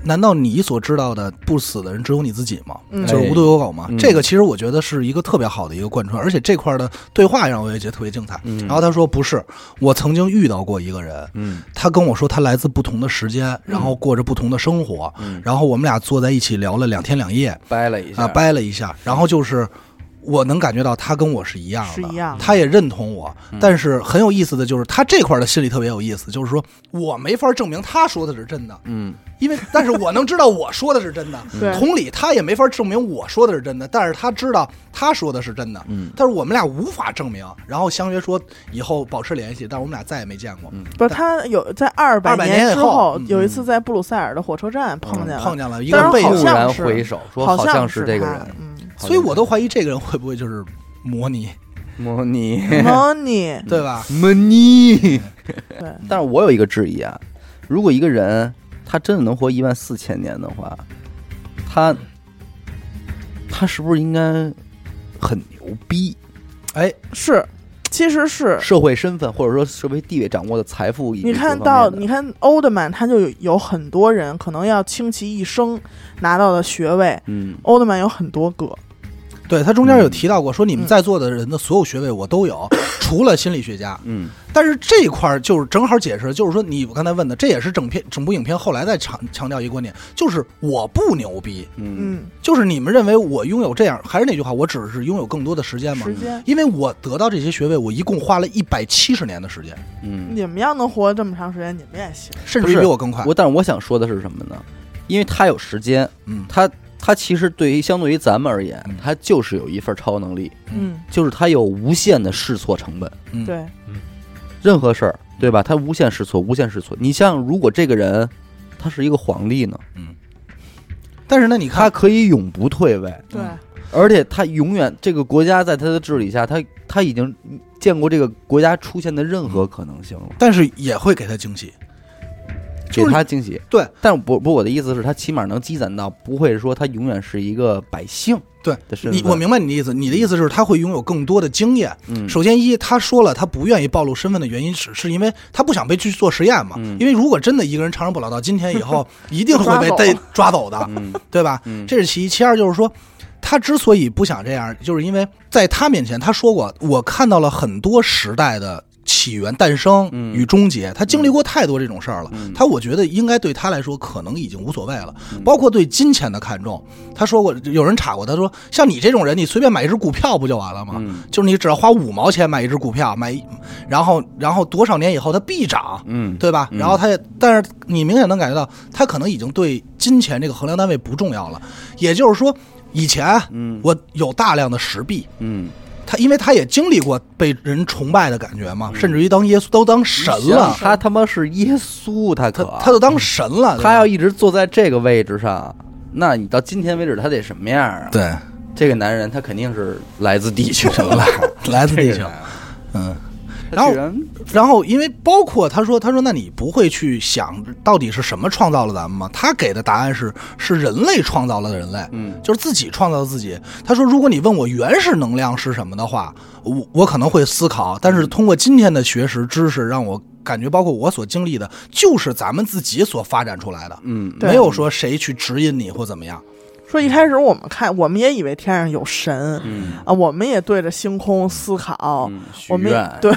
Speaker 2: 难道你所知道的不死的人只有你自己吗？
Speaker 4: 嗯
Speaker 2: 就是无独有偶嘛。
Speaker 1: 嗯
Speaker 2: 这个其实我觉得是一个特别好的一个贯穿，而且这块儿的对话让我也觉得特别精彩。
Speaker 1: 嗯
Speaker 2: 然后他说不是，我曾经遇到过一个人，
Speaker 1: 嗯
Speaker 2: 他跟我说他来自不同的时间，然后过着不同的生活，
Speaker 1: 嗯，
Speaker 2: 然后我们俩坐在一起聊了两天两夜，
Speaker 1: 掰了一下
Speaker 2: 啊，掰了一下，然后就是我能感觉到他跟我是一样的，
Speaker 4: 是一样的
Speaker 2: 他也认同我，
Speaker 1: 嗯
Speaker 2: 但是很有意思的就是他这块儿的心理特别有意思，就是说我没法证明他说的是真的，
Speaker 1: 嗯，
Speaker 2: 因为但是我能知道我说的是真的，
Speaker 4: 对
Speaker 2: 同理他也没法证明我说的是真的，但是他知道他说的是真的，
Speaker 1: 嗯
Speaker 2: 但是我们俩无法证明，然后相约说以后保持联系，但我们俩再也没见过，
Speaker 4: 不是他有在二百
Speaker 2: 200年以
Speaker 4: 之
Speaker 2: 后
Speaker 4: 后
Speaker 2: 嗯
Speaker 4: 有一次在布鲁塞尔的火车站碰见了，
Speaker 2: 碰见了一
Speaker 4: 但
Speaker 2: 个
Speaker 4: 是
Speaker 2: 背
Speaker 4: 好
Speaker 1: 蓦
Speaker 2: 影，
Speaker 4: 像
Speaker 1: 然
Speaker 4: 是
Speaker 1: 回首嗯说
Speaker 4: 好
Speaker 1: 像
Speaker 4: 是
Speaker 1: 这个
Speaker 4: 他
Speaker 1: 人，
Speaker 4: 嗯
Speaker 2: 所以我都怀疑这个人会不会就是模拟，
Speaker 1: 模拟嗯
Speaker 4: ，Money，
Speaker 2: 对吧？
Speaker 1: 模拟。
Speaker 4: 对，
Speaker 1: 但是我有一个质疑啊，如果一个人他真的能活一万四千年的话，他他是不是应该很牛逼？
Speaker 2: 哎，
Speaker 4: 是，其实是。
Speaker 1: 社会身份或者说社会地位掌握的财富以及
Speaker 4: 你看
Speaker 1: 各
Speaker 4: 到，
Speaker 1: 方面的
Speaker 4: 你看欧德曼，他就有有很多人可能要倾其一生拿到的学位，
Speaker 1: 嗯
Speaker 4: 欧德曼有很多个，
Speaker 2: 对他中间有
Speaker 1: 嗯
Speaker 2: 提到过，说你们
Speaker 4: 嗯
Speaker 2: 在座的人的所有学位我都有，除了心理学家。
Speaker 1: 嗯
Speaker 2: 但是这一块儿就是正好解释，就是说你我刚才问的，这也是整片整部影片后来再强强调一个观点，就是我不牛逼，
Speaker 1: 嗯
Speaker 4: 嗯，
Speaker 2: 就是你们认为我拥有这样，还是那句话，我只是拥有更多的时间嘛。
Speaker 4: 时间，
Speaker 2: 因为我得到这些学位，我一共花了一百七十年的时间，
Speaker 1: 嗯，
Speaker 4: 你们要能活这么长时间，你们也行，
Speaker 2: 甚
Speaker 1: 不
Speaker 2: 至于
Speaker 1: 是
Speaker 2: 比我更快。
Speaker 1: 我但是我想说的是什么呢？因为他有时间，
Speaker 2: 嗯
Speaker 1: 他他其实对于相对于咱们而言
Speaker 2: 嗯，
Speaker 1: 他就是有一份超能力，
Speaker 4: 嗯，
Speaker 1: 就是他有无限的试错成本。
Speaker 2: 嗯
Speaker 4: 对，
Speaker 1: 任何事儿，对吧？他无限试错，无限试错。你像如果这个人他是一个皇帝呢，
Speaker 2: 但是呢，你
Speaker 1: 他
Speaker 2: 看，
Speaker 1: 可以永不退位，
Speaker 4: 对，
Speaker 1: 而且他永远这个国家在他的治理下，他他已经见过这个国家出现的任何可能性了。
Speaker 2: 但是也会给他惊喜。
Speaker 1: 给
Speaker 2: 就是
Speaker 1: 他惊喜。
Speaker 2: 对，
Speaker 1: 但不不，我的意思是，他起码能积攒到，不会说他永远是一个百姓
Speaker 2: 对
Speaker 1: 的身份。
Speaker 2: 你我明白你的意思，你的意思是他会拥有更多的经验。
Speaker 1: 嗯，
Speaker 2: 首先一，他说了他不愿意暴露身份的原因，只是因为他不想被去做实验嘛。
Speaker 1: 嗯
Speaker 2: 因为如果真的一个人长生不老到今天以 后，一定会
Speaker 4: 抓
Speaker 2: 被
Speaker 4: 走
Speaker 2: 被抓走的，
Speaker 1: 嗯
Speaker 2: 对吧？
Speaker 1: 嗯，
Speaker 2: 这是其一，其二就是说，他之所以不想这样，就是因为在他面前，他说过，我看到了很多时代的起源、诞生
Speaker 1: 嗯
Speaker 2: 与终结，他经历过太多这种事儿了。
Speaker 1: 嗯
Speaker 2: 他我觉得应该对他来说可能已经无所谓了
Speaker 1: 嗯，
Speaker 2: 包括对金钱的看重。他说过，有人查过，他说像你这种人，你随便买一只股票不就完了吗？
Speaker 1: 嗯
Speaker 2: 就是你只要花五毛钱买一只股票，买一，然后然后多少年以后它必涨，
Speaker 1: 嗯，
Speaker 2: 对吧？
Speaker 1: 嗯
Speaker 2: 然后他也，但是你明显能感觉到，他可能已经对金钱这个衡量单位不重要了。也就是说，以前
Speaker 1: 嗯
Speaker 2: 我有大量的石币，
Speaker 1: 嗯，
Speaker 2: 他因为他也经历过被人崇拜的感觉
Speaker 1: 嗯
Speaker 2: 嘛，甚至于当耶稣都当神了，
Speaker 1: 他他妈是耶稣，他
Speaker 2: 他
Speaker 1: 可
Speaker 2: 他就当神了，
Speaker 1: 他要一直坐在这个位置上，那你到今天为止他得什么样啊？
Speaker 2: 对
Speaker 1: 这个男人他肯定是来自地球 了，
Speaker 2: 吧来来自地球，嗯。然后
Speaker 1: 他居然
Speaker 2: 然后，因为包括他说，他说，那你不会去想到底是什么创造了咱们吗？他给的答案是，是人类创造了人类，
Speaker 1: 嗯，
Speaker 2: 就是自己创造自己。他说，如果你问我原始能量是什么的话，我我可能会思考，但是通过今天的学识知识，让我感觉，包括我所经历的，就是咱们自己所发展出来的，
Speaker 1: 嗯
Speaker 4: 对
Speaker 2: 没有说谁去指引你或怎么 样。
Speaker 4: 说一开始我们看，我们也以为天上有神
Speaker 1: 嗯
Speaker 4: 啊，我们也对着星空思考，
Speaker 1: 嗯，许
Speaker 4: 我们
Speaker 1: 愿
Speaker 4: 也对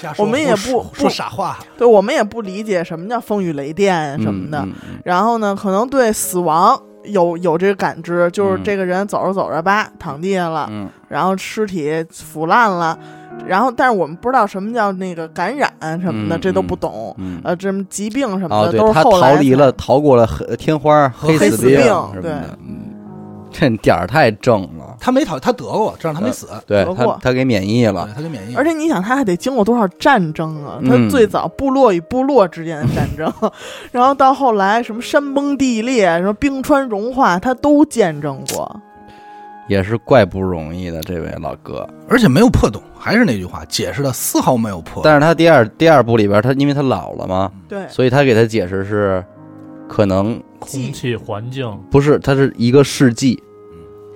Speaker 2: 瞎
Speaker 4: 我们也
Speaker 2: 说
Speaker 4: 不
Speaker 2: 说
Speaker 4: 不
Speaker 2: 傻话，
Speaker 4: 对，我们也不理解什么叫风雨雷电什么的。
Speaker 1: 嗯嗯
Speaker 4: 然后呢，可能对死亡有有这个感知，就是这个人走着走着吧，躺地下了，
Speaker 1: 嗯
Speaker 4: 然后尸体腐烂了，然后但是我们不知道什么叫那个感染什么的，
Speaker 1: 嗯
Speaker 4: 这都
Speaker 1: 嗯
Speaker 4: 不懂。
Speaker 1: 嗯嗯
Speaker 4: 呃，这什么疾病什么
Speaker 1: 哦，
Speaker 4: 的、
Speaker 1: 对
Speaker 4: 都是
Speaker 1: 他
Speaker 4: 后来
Speaker 1: 逃离
Speaker 4: 才
Speaker 1: 了，逃过了黑天花、黑
Speaker 4: 黑
Speaker 1: 死
Speaker 4: 死
Speaker 1: 病
Speaker 4: 病
Speaker 1: 什么的，嗯，这点儿太正了，
Speaker 2: 他没讨，他得过，这让他没死，
Speaker 1: 对
Speaker 4: 得
Speaker 1: 他
Speaker 4: 过
Speaker 1: 他给免疫了
Speaker 2: 对，，他就免疫了。
Speaker 4: 呃而且你想，他还得经过多少战争啊？
Speaker 1: 嗯
Speaker 4: 他最早部落与部落之间的战争， 然后到后来什么山崩地裂，什么冰川融化，他都见证过。
Speaker 1: 也是怪不容易的这位老哥。
Speaker 2: 而且没有破洞，还是那句话，解释的丝毫没有破。
Speaker 1: 但是他第二第二部里边，他因为他老了嘛，
Speaker 4: 对，
Speaker 1: 所以他给他解释是，可能
Speaker 3: 空气环境啊
Speaker 1: 不是，它是一个世纪，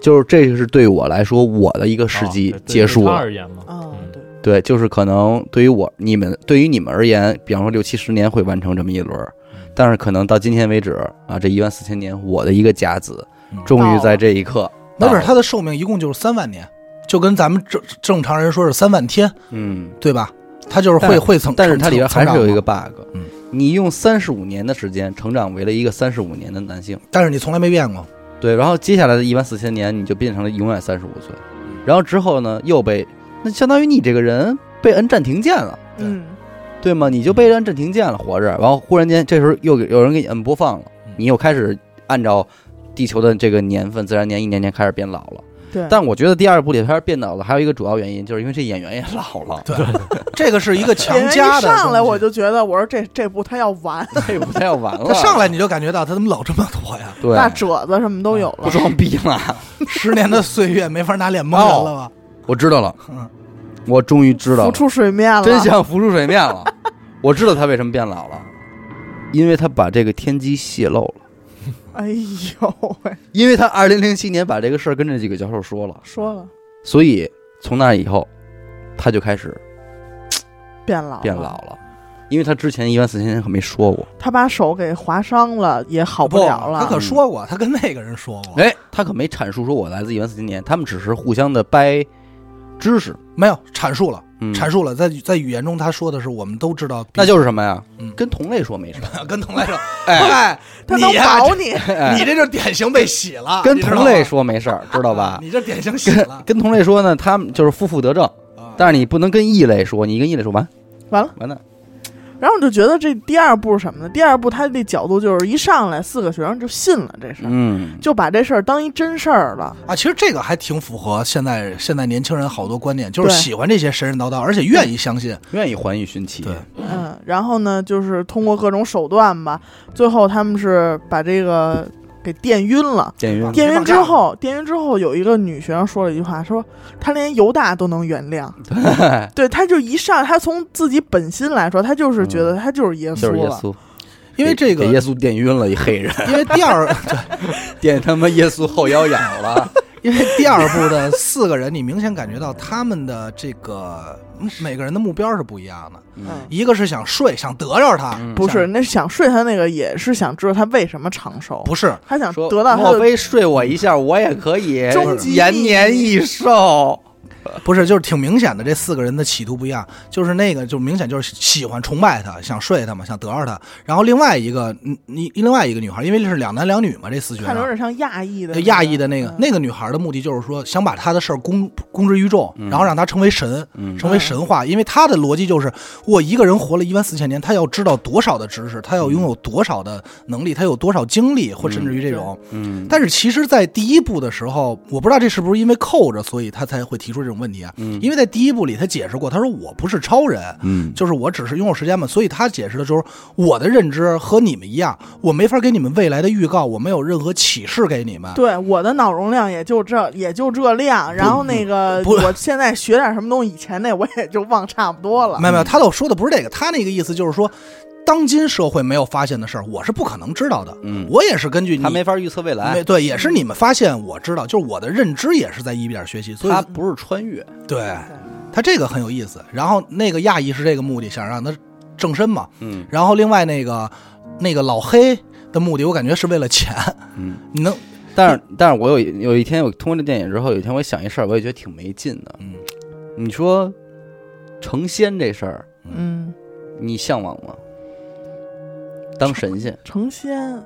Speaker 1: 就是这个是对我来说我的一个世纪
Speaker 3: 啊对对
Speaker 1: 结束
Speaker 3: 对他
Speaker 1: 了。
Speaker 3: 而言嘛，
Speaker 4: 啊、
Speaker 3: 嗯
Speaker 4: 对，
Speaker 1: 对，就是可能对于我你们对于你们而言，比方说六七十年会完成这么一轮儿，但是可能到今天为止啊，这一万四千年，我的一个甲子
Speaker 2: 嗯
Speaker 1: 终于在这一刻
Speaker 2: 没准儿
Speaker 1: 到
Speaker 2: 他的寿命一共就是三万年，就跟咱们正正常人说是三万天，
Speaker 1: 嗯，
Speaker 2: 对吧？他就是会
Speaker 1: 但
Speaker 2: 会成，
Speaker 1: 但是它
Speaker 2: 成
Speaker 1: 里边还是有一个，
Speaker 2: 成
Speaker 1: bug，
Speaker 2: 嗯
Speaker 1: 你用三十五年的时间成长为了一个三十五年的男性。
Speaker 2: 长嘛但是你从来没变过，
Speaker 1: 对，然后接下来的一万四千年，你就变成了永远三十五岁，
Speaker 3: 嗯
Speaker 1: 然后之后呢，又被那相当于你这个人被摁暂停键了，
Speaker 2: 对
Speaker 4: 嗯，
Speaker 1: 对吗？你就被摁暂停键了，活着，然后忽然间这时候又给有人给你摁播放了
Speaker 2: 嗯，
Speaker 1: 你又开始按照地球的这个年份、自然年一年年开始变老了。
Speaker 4: 对。
Speaker 1: 但我觉得第二部里边变老了，还有一个主要原因，就是因为这演员也老了，
Speaker 2: 对，这个是一个
Speaker 4: 演
Speaker 2: 强
Speaker 4: 员一
Speaker 2: 加的东西。
Speaker 4: 上来我就觉得，我说这这部他要完，
Speaker 1: 这部他要完了，
Speaker 2: 他上来你就感觉到他怎么老这么多
Speaker 1: ？
Speaker 2: 呀
Speaker 1: 对
Speaker 4: 大褶子什么都有
Speaker 1: 不
Speaker 4: 了。
Speaker 1: 装逼了，
Speaker 2: 十年的岁月没法拿脸蒙人了吧？
Speaker 1: 我知道了
Speaker 2: 嗯，
Speaker 1: 我终于知道
Speaker 4: 浮
Speaker 1: 了。
Speaker 4: 出水面了，
Speaker 1: 真相浮出水面 了。我知道他为什么变老了，因为他把这个天机泄露了。
Speaker 4: 哎呦喂，
Speaker 1: 因为他二零零七年把这个事儿跟这几个教授说了，
Speaker 4: 说了
Speaker 1: 所以从那以后，他就开始
Speaker 4: 变老，
Speaker 2: 啊
Speaker 1: 变老。了。因为他之前一万四千年可没说过，
Speaker 4: 他把手给划伤了，也好
Speaker 2: 不
Speaker 4: 了
Speaker 2: 他
Speaker 4: 了。
Speaker 2: 可说过，他跟那个人说过，
Speaker 1: 哎，他可没阐述说我来自一万四千年，他们只是互相的掰知识，
Speaker 2: 没有阐述了，
Speaker 1: 嗯，
Speaker 2: 阐述了，在在语言中他说的是我们都知道彼此，
Speaker 1: 那就是什么呀
Speaker 2: 嗯？
Speaker 1: 跟同类说没什么，
Speaker 2: 跟同 类说，
Speaker 1: 哎，
Speaker 2: 哎，
Speaker 4: 他
Speaker 2: 你
Speaker 4: 能
Speaker 2: 呀
Speaker 4: 保你，
Speaker 2: 你这就是典型被洗了，
Speaker 1: 跟
Speaker 2: 你知道
Speaker 1: 同类
Speaker 2: 吗
Speaker 1: 说没事儿，知道吧？
Speaker 2: 啊你这典型洗
Speaker 1: 跟
Speaker 2: 了，
Speaker 1: 跟同类说呢，他们就是负负得正，
Speaker 2: 啊
Speaker 1: 但是你不能跟异类说，你跟异类说完
Speaker 4: 完了。
Speaker 1: 完了，
Speaker 4: 然后我就觉得这第二步是什么呢？第二步他这角度就是一上来四个学生就信了这事儿，
Speaker 1: 嗯，
Speaker 4: 就把这事儿当一真事儿了。
Speaker 2: 啊，其实这个还挺符合现在现在年轻人好多观点，就是
Speaker 4: 对
Speaker 2: 喜欢这些神神叨叨，而且愿意相信。
Speaker 1: 愿意还以寻奇。
Speaker 2: 对
Speaker 4: 嗯，然后呢，就是通过各种手段吧，最后他们是把这个给电晕了。
Speaker 1: 电晕
Speaker 4: 电晕之后，电晕之后有一个女学生说了一句话，说她连犹大都能原 谅。对，她就一上，她从自己本心来说，她就是觉得她就是耶
Speaker 1: 嗯就是
Speaker 4: 稣
Speaker 1: 耶
Speaker 4: 了。嗯
Speaker 1: 稣，
Speaker 2: 因为这个
Speaker 1: 给耶稣电晕了，一黑 人
Speaker 2: 因为第二
Speaker 1: 电他妈耶稣后腰痒 了，
Speaker 2: 因为第二部的四个人，你明显感觉到他们的这个每个人的目标是不一样的，
Speaker 1: 嗯
Speaker 2: 一个是想睡，想得着他，
Speaker 1: 嗯
Speaker 4: 不是，
Speaker 2: 想
Speaker 4: 那想睡他那个也是想知道他为什么长寿，
Speaker 2: 不是，
Speaker 4: 他 想
Speaker 1: 说
Speaker 4: 得到他
Speaker 1: 莫
Speaker 4: 的
Speaker 1: 非睡我一下，我也可以
Speaker 4: 终极
Speaker 1: 延年益寿？
Speaker 2: 不是，就是挺明显的，这四个人的企图不一样，就是那个就明显就是喜欢崇拜他，想睡他嘛，想得着他，然后另外一个你你另外一个女孩，因为这是两男两女嘛，这四啊学
Speaker 4: 看着有
Speaker 2: 生。
Speaker 4: 点像亚裔的那个
Speaker 2: 亚裔的那个
Speaker 4: 嗯
Speaker 2: 那个女孩的目的就是说，想把她的事儿公公之于众，
Speaker 1: 嗯
Speaker 2: 然后让她成为神，
Speaker 1: 嗯
Speaker 2: 成为神话。因为她的逻辑就是，我一个人活了一万四千年，他要知道多少的知识，他要拥有多少的能力，他有多少精力，或甚至于这种。
Speaker 1: 嗯嗯
Speaker 2: 但是其实，在第一部的时候，我不知道这是不是因为扣着，所以他才会提出这种问题啊。
Speaker 1: 嗯
Speaker 2: 因为在第一部里，他解释过，他说我不是超人，
Speaker 1: 嗯
Speaker 2: 就是我只是拥有时间嘛，所以他解释的时候，我的认知和你们一样，我没法给你们未来的预告，我没有任何启示给你们。
Speaker 4: 对我的脑容量也就这也就这量，然后那个
Speaker 2: 不
Speaker 4: 我现在学点什么东西，以前那我也就忘差不多了
Speaker 2: 没。有
Speaker 1: 嗯
Speaker 2: 没有，他倒说的不是这个，他那个意思就是说，当今社会没有发现的事儿，我是不可能知道的。
Speaker 1: 嗯，
Speaker 2: 我也是根据你
Speaker 1: 他没法预测未
Speaker 2: 没
Speaker 1: 来，
Speaker 2: 对，也是你们发现我知道，就是我的认知也是在一点学习，所以
Speaker 1: 他不是穿越，
Speaker 2: 对他这个很有意思。然后那个亚裔是这个目的，想让他正身嘛。
Speaker 1: 嗯
Speaker 2: 然后另外那个那个老黑的目的，我感觉是为了钱。
Speaker 1: 嗯。
Speaker 2: 你能
Speaker 1: 但是，但是我有一有一天，我通过这电影之后，有一天我想一事儿，我也觉得挺没劲的。
Speaker 2: 嗯，
Speaker 1: 你说成仙这事儿，
Speaker 4: 嗯，
Speaker 1: 你向往吗？当神仙？
Speaker 4: 成仙，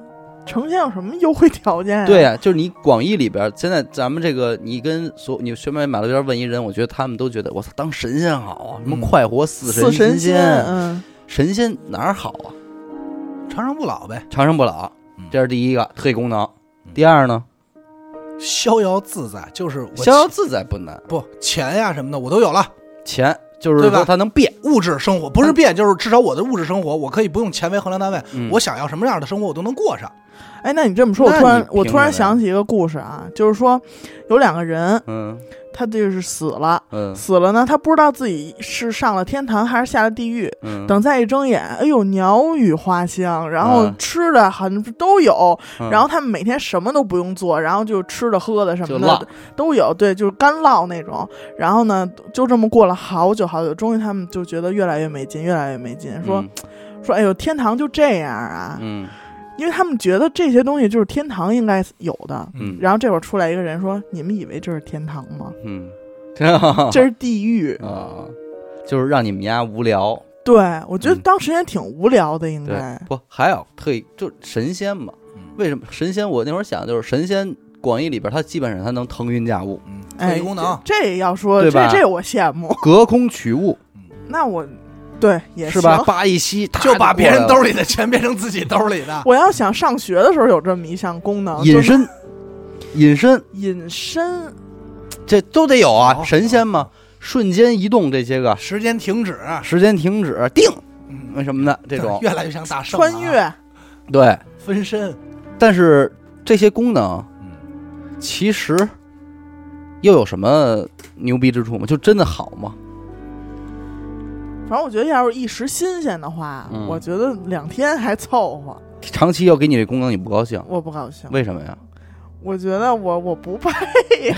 Speaker 4: 成仙有什么优惠条件啊呀？
Speaker 1: 对
Speaker 2: 啊
Speaker 1: 呀、就是你广义里边儿，现在咱们这个，你跟所你随便马路边儿问一人，我觉得他们都觉得我操，当神仙好啊，什么
Speaker 2: 嗯
Speaker 1: 快活似
Speaker 4: 死
Speaker 1: 神
Speaker 4: 神
Speaker 1: 仙，
Speaker 4: 嗯，
Speaker 1: 神仙哪儿好啊？
Speaker 2: 长生不老呗，
Speaker 1: 长生不老
Speaker 2: 嗯，
Speaker 1: 这是第一个特异功能
Speaker 2: 嗯。
Speaker 1: 第二呢，
Speaker 2: 逍遥自在，就是我
Speaker 1: 逍遥自在不难，
Speaker 2: 不钱呀、什么的我都有了，
Speaker 1: 钱就是
Speaker 2: 对吧
Speaker 1: 说它能变。
Speaker 2: 物质生活不是变，就是至少我的物质生活，我可以不用钱为衡量单位，
Speaker 1: 嗯
Speaker 2: 我想要什么样的生活我都能过上。
Speaker 4: 哎，那你这么说，我
Speaker 1: 那
Speaker 4: 突然
Speaker 1: 你
Speaker 4: 我
Speaker 1: 凭
Speaker 4: 突然
Speaker 1: 什么呀
Speaker 4: 想起一个故事啊，就是说有两个人，
Speaker 1: 嗯
Speaker 4: 他就是死了，
Speaker 1: 嗯
Speaker 4: 死了呢，他不知道自己是上了天堂还是下了地狱。
Speaker 1: 嗯，
Speaker 4: 等再一睁眼，哎呦，鸟语花香，然后
Speaker 1: 嗯
Speaker 4: 吃的好像都有，
Speaker 1: 嗯
Speaker 4: 然后他们每天什么都不用做，然后就吃的喝的什么
Speaker 1: 就浪
Speaker 4: 的都有，对，就是干唠那种。然后呢，就这么过了好久好久，终于他们就觉得越来越没劲，越来越没劲，说、说，哎呦，天堂就这样啊，
Speaker 1: 嗯
Speaker 4: 因为他们觉得这些东西就是天堂应该有的。
Speaker 1: 嗯
Speaker 4: 然后这会儿出来一个人说：“你们以为这是天堂吗？
Speaker 1: 嗯，真 好
Speaker 4: 这是地狱。
Speaker 1: 啊，就是让你们家无聊。
Speaker 4: 对我觉得
Speaker 1: 嗯
Speaker 4: 当时也挺无聊的，应
Speaker 1: 对
Speaker 4: 该，
Speaker 1: 不还有特意就是神仙嘛？
Speaker 4: 嗯
Speaker 1: 为什么神仙？我那会儿想就是神仙广义里边，它基本上它能腾云驾 雾、
Speaker 2: 嗯，特
Speaker 4: 哎，
Speaker 2: 异功能，
Speaker 4: 这这要说
Speaker 1: 对
Speaker 4: 这
Speaker 1: 吧
Speaker 4: 这我羡慕。
Speaker 1: 隔空取物，
Speaker 4: 那我对也
Speaker 1: 是吧？
Speaker 4: 行
Speaker 1: 叭一吸，
Speaker 2: 就把别人兜
Speaker 1: 里
Speaker 2: 里的钱变成自己兜里的。
Speaker 4: 我要想上学的时候有这么一项功能，就
Speaker 1: 隐
Speaker 4: 是
Speaker 1: 身，隐身
Speaker 4: 隐身，
Speaker 1: 这都得有啊，
Speaker 2: 好
Speaker 1: 神仙嘛，瞬间移动这些个，
Speaker 2: 时间停止，
Speaker 1: 时间停止，定
Speaker 2: 嗯，
Speaker 1: 那什么的这种，
Speaker 2: 越来越像大圣了啊
Speaker 4: 穿越，
Speaker 1: 对。
Speaker 2: 分身，
Speaker 1: 但是这些功能
Speaker 2: 嗯，
Speaker 1: 其实又有什么牛逼之处吗？就真的好吗？
Speaker 4: 反正我觉得要是一时新鲜的话，
Speaker 1: 嗯
Speaker 4: 我觉得两天还凑合，
Speaker 1: 长期要给你这功能，你不高兴，
Speaker 4: 我不高兴。
Speaker 1: 为什么呀？
Speaker 4: 我觉得我我不配，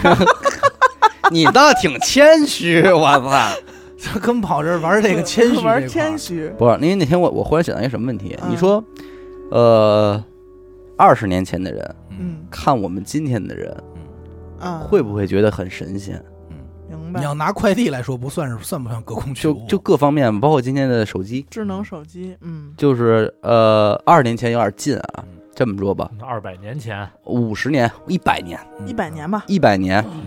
Speaker 1: 你倒挺谦虚，我操！
Speaker 2: 他跟跑这儿玩这个谦虚，
Speaker 4: 玩谦，虚，
Speaker 1: 不是，因为那天我我忽然想到一个什么问题，
Speaker 4: 嗯
Speaker 1: 你说，呃，二十年前的人
Speaker 4: 嗯
Speaker 1: 看我们今天的人，
Speaker 4: 啊，
Speaker 1: 会不会觉得很神仙？
Speaker 4: 明
Speaker 2: 你
Speaker 4: 白
Speaker 2: 要。拿快递来说，不算是哦算不上隔空取
Speaker 1: 就
Speaker 2: 物，
Speaker 1: 就各方面，包括今天的手机，
Speaker 4: 智能手机，嗯，
Speaker 1: 就是呃，二十年前有点近啊
Speaker 2: 嗯，
Speaker 1: 这么说吧，
Speaker 3: 二百年前，
Speaker 1: 五十年、一百年、
Speaker 4: 一百年
Speaker 2: 吧。
Speaker 4: 吧，
Speaker 1: 一百年，
Speaker 2: 嗯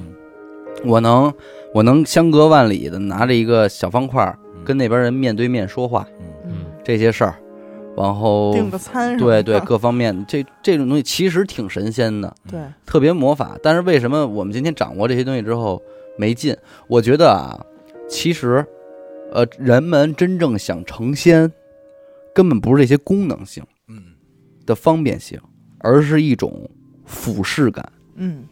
Speaker 1: 我能我能相隔万里的拿着一个小方块儿
Speaker 2: 嗯
Speaker 1: 跟那边人面对面说话，
Speaker 4: 嗯，
Speaker 3: 嗯，
Speaker 1: 这些事儿，然后
Speaker 4: 订个餐什么
Speaker 1: 哦对
Speaker 4: 的，
Speaker 1: 对各方面，这这种东西其实挺神仙的，
Speaker 4: 对，
Speaker 1: 特别魔法。但是为什么我们今天掌握这些东西之后没劲？我觉得啊，其实，呃，人们真正想成仙，根本不是这些功能性
Speaker 2: 嗯，
Speaker 1: 的方便性，而是一种俯视感。
Speaker 4: 嗯，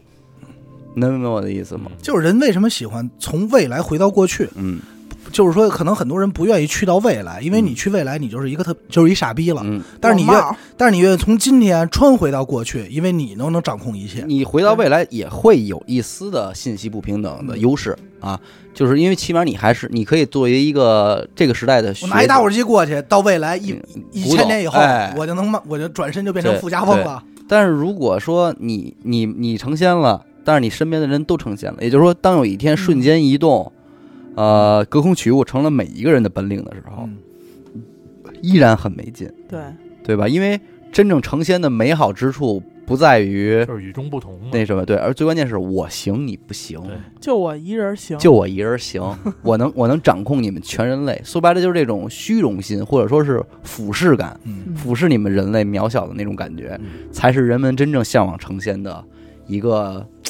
Speaker 1: 能明白我的意思吗？
Speaker 3: 嗯
Speaker 2: 就是人为什么喜欢从未来回到过去？
Speaker 1: 嗯，
Speaker 2: 就是说，可能很多人不愿意去到未来，因为你去未来，你就是一个特就是一傻逼了。
Speaker 1: 嗯，
Speaker 2: 但是你
Speaker 4: 老
Speaker 2: 愿
Speaker 4: 帽，
Speaker 2: 但是你愿意从今天穿回到过去，因为你能能掌控一切。
Speaker 1: 你回到未来也会有一丝的信息不平等
Speaker 2: 嗯
Speaker 1: 的优势啊，就是因为起码你还是你可以作为一个这个时代的学
Speaker 2: 我拿一打
Speaker 1: 者
Speaker 2: 火机过去，到未来一一
Speaker 1: 古
Speaker 2: 千
Speaker 1: 董
Speaker 2: 年以后
Speaker 1: 哎，
Speaker 2: 我就能慢，我就转身就变成
Speaker 1: 对
Speaker 2: 富家翁了。
Speaker 1: 但是如果说你你你成仙了，但是你身边的人都成仙了，也就是说，当有一天瞬间移动，呃，隔空取物成了每一个人的本领的时候，
Speaker 2: 嗯
Speaker 1: 依然很没劲，
Speaker 4: 对，
Speaker 1: 对吧？因为真正成仙的美好之处不在于
Speaker 3: 就是与众不同嘛。
Speaker 1: 那什么，对，而最关键是我行，你不行。
Speaker 3: 对
Speaker 4: 就我一人行，
Speaker 1: 就我一人行，我能我能掌控你们全人类。说白了就是这种虚荣心，或者说是俯视感，
Speaker 2: 嗯，
Speaker 4: 嗯
Speaker 1: 俯视你们人类渺小的那种感觉，才是人们真正向往成仙的一个嘖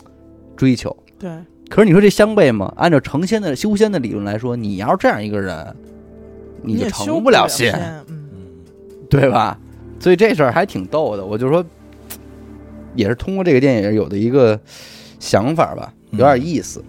Speaker 1: 追求。
Speaker 4: 对，
Speaker 1: 可是你说这相悖吗？按照成仙的修仙的理论来说，你要是这样一个人，你就
Speaker 4: 也修
Speaker 1: 成
Speaker 4: 不
Speaker 1: 了
Speaker 4: 仙
Speaker 1: 仙，，
Speaker 4: 嗯，
Speaker 1: 对吧？所以这事儿还挺逗的。我就说，嘖也是通过这个电影有的一个想法吧，有点意思。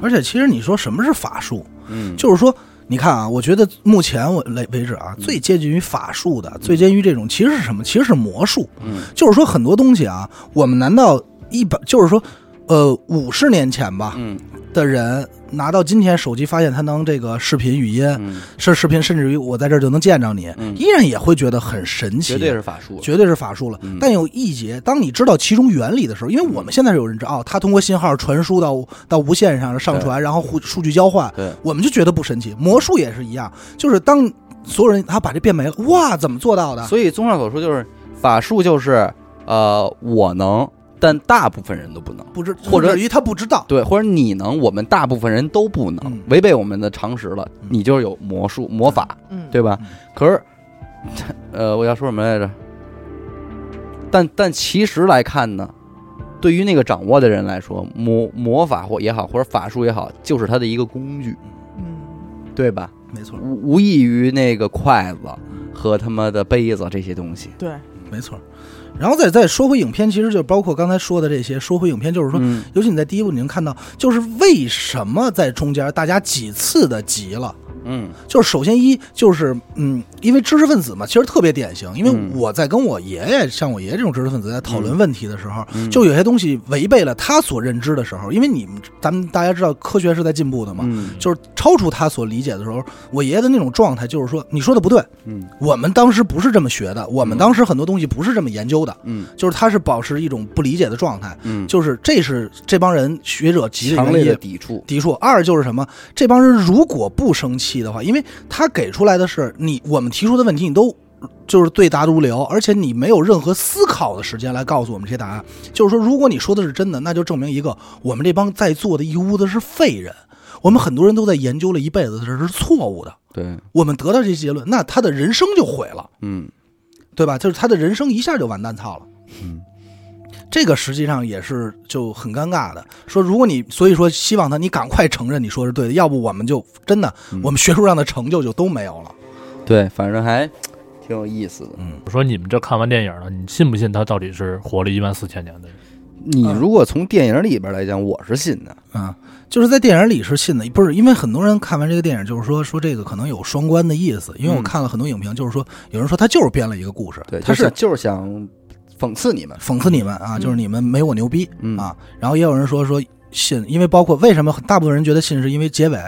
Speaker 2: 而且其实你说什么是法术，
Speaker 1: 嗯
Speaker 2: 就是说，你看啊，我觉得目前我来为止啊，
Speaker 1: 嗯
Speaker 2: 最接近于法术的，最接近于这种，其实是什么？其实是魔术。
Speaker 1: 嗯
Speaker 2: 就是说，很多东西啊，我们难道一百，就是说，呃，五十年前吧
Speaker 1: 嗯
Speaker 2: 的人拿到今天手机，发现他能这个视频语音，
Speaker 1: 嗯，
Speaker 2: 是视频，甚至于我在这儿就能见着你，
Speaker 1: 嗯
Speaker 2: 依然也会觉得很神奇，
Speaker 1: 绝对是法术。
Speaker 2: 绝对是法术了
Speaker 1: 嗯。
Speaker 2: 但有一节，当你知道其中原理的时候，因为我们现在是有认知啊，它通过信号传输到到无线上上传，然后互数据交换，
Speaker 1: 对，
Speaker 2: 我们就觉得不神奇。魔术也是一样，就是当所有人他把这变没了，哇，怎么做到的？
Speaker 1: 所以综上所述，就是法术就是呃，我能，但大部分人都不能。
Speaker 2: 不知
Speaker 1: 或者
Speaker 2: 甚至于他不知道，
Speaker 1: 对，或者你能，我们大部分人都不能，
Speaker 2: 嗯
Speaker 1: 违背我们的常识了，
Speaker 2: 嗯
Speaker 1: 你就是有魔术、魔法，
Speaker 4: 嗯，
Speaker 1: 对吧
Speaker 2: 嗯？
Speaker 1: 可是，呃，我要说什么来着？但但其实来看呢，对于那个掌握的人来说，魔魔法或也好，或者法术也好，就是他的一个工具，
Speaker 4: 嗯，
Speaker 1: 对吧？
Speaker 2: 没错，
Speaker 1: 无无异于那个筷子和他妈的杯子这些东西。
Speaker 4: 对，
Speaker 2: 没错。然后再再说回影片，其实就包括刚才说的这些。说回影片，就是说，
Speaker 1: 嗯
Speaker 2: 尤其你在第一部，你能看到，就是为什么在中间大家几次的急了。
Speaker 1: 嗯
Speaker 2: 就是首先一就是嗯，因为知识分子嘛，其实特别典型。因为
Speaker 1: 嗯
Speaker 2: 我在跟我爷爷，像我爷爷这种知识分子在讨论问题的时候，
Speaker 1: 嗯
Speaker 2: 就有些东西违背了他所认知的时候，因为你们咱们大家知道科学是在进步的嘛。
Speaker 1: 嗯
Speaker 2: 就是超出他所理解的时候，我爷爷的那种状态，就是说你说的不对，
Speaker 1: 嗯
Speaker 2: 我们当时不是这么学的，我
Speaker 1: 嗯
Speaker 2: 们当时很多东西不是这么研究的，
Speaker 1: 嗯
Speaker 2: 就是他是保持一种不理解的状态，
Speaker 1: 嗯，
Speaker 2: 就是这是这帮人学者急的
Speaker 1: 强
Speaker 2: 原
Speaker 1: 烈
Speaker 2: 因
Speaker 1: 的抵触。
Speaker 2: 抵触。二就是什么？这帮人如果不生气的话，因为他给出来的是你我们提出的问题，你都就是对答如流，而且你没有任何思考的时间来告诉我们这些答案。就是说，如果你说的是真的，那就证明一个，我们这帮在座的一屋子是废人，我们很多人都在研究了一辈子，这是错误的。
Speaker 1: 对，
Speaker 2: 我们得到这结论，那他的人生就毁了。
Speaker 1: 嗯
Speaker 2: 对吧？就是他的人生一下就完蛋操了。
Speaker 1: 嗯，
Speaker 2: 这个实际上也是就很尴尬的。说如果你所以说希望他你赶快承认你说是对的，要不我们就真的、
Speaker 1: 嗯
Speaker 2: 我们学术上的成就就都没有了。
Speaker 1: 对，反正还挺有意思的。
Speaker 2: 嗯，
Speaker 3: 我说你们这看完电影了，你信不信他到底是活了一万四千年的人？
Speaker 1: 你如果从电影里边来讲，我是信的。
Speaker 2: 啊，就是在电影里是信的，不是因为很多人看完这个电影就是说说这个可能有双关的意思，因为我
Speaker 1: 嗯
Speaker 2: 看了很多影评，就是说有人说他就是编了一个故事，
Speaker 1: 对，
Speaker 2: 他
Speaker 1: 就是嗯是就是想讽刺你们。
Speaker 2: 讽刺你们啊，就是你们没我牛逼
Speaker 1: 嗯
Speaker 2: 啊。然后也有人说说信，因为包括为什么大部分人觉得信，是因为结尾，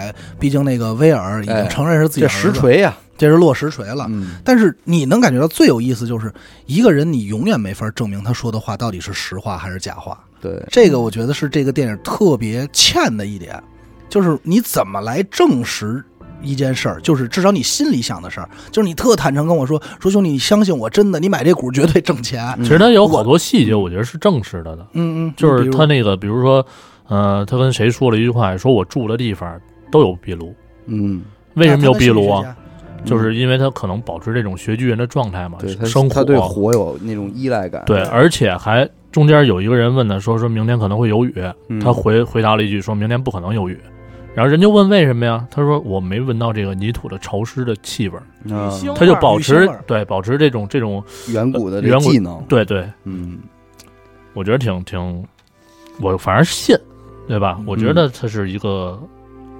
Speaker 2: 毕竟那个威尔已
Speaker 1: 哎
Speaker 2: 经承认是自己
Speaker 1: 这
Speaker 2: 儿子啊
Speaker 1: 实，锤呀、
Speaker 2: 这是落实锤了。
Speaker 1: 嗯，
Speaker 2: 但是你能感觉到最有意思就是一个人，你永远没法证明他说的话到底是实话还是假话。
Speaker 1: 对，
Speaker 2: 这个我觉得是这个电影特别欠的一点，就是你怎么来证实一件事儿，就是至少你心里想的事儿，就是你特坦诚跟我说，说兄弟，你相信我，真的，你买这股绝对挣钱。
Speaker 1: 嗯
Speaker 3: 其实他有好多细节，我觉得是证实的的，
Speaker 2: 嗯嗯，
Speaker 3: 就是他
Speaker 2: 那
Speaker 3: 那个，比如说，呃，他跟谁说了一句话，说我住的地方都有壁炉，
Speaker 1: 嗯，
Speaker 3: 为什么有壁炉啊？？就
Speaker 1: 嗯
Speaker 3: 是因为他可能保持这种学居人的状态嘛
Speaker 1: 对，他
Speaker 3: 生啊
Speaker 1: 他对
Speaker 3: 火，
Speaker 1: 火有那种依赖感。
Speaker 3: 对，
Speaker 4: 对
Speaker 3: 而且还中间有一个人问他说，说明天可能会有雨，
Speaker 1: 嗯
Speaker 3: 他回回答了一句说明天不可能有雨，然后人就问为什么呀？他说我没闻到这个泥土的潮湿的气味儿，
Speaker 1: 啊
Speaker 4: 女性
Speaker 3: 他就
Speaker 4: 味儿
Speaker 3: 保
Speaker 2: 鱼腥
Speaker 3: 持
Speaker 2: 味儿
Speaker 3: 对保持这种这种
Speaker 1: 远古的这
Speaker 3: 远古
Speaker 1: 技能。
Speaker 3: 对对，
Speaker 1: 嗯，
Speaker 3: 我觉得挺挺，我反正信，对吧？我觉得他是一个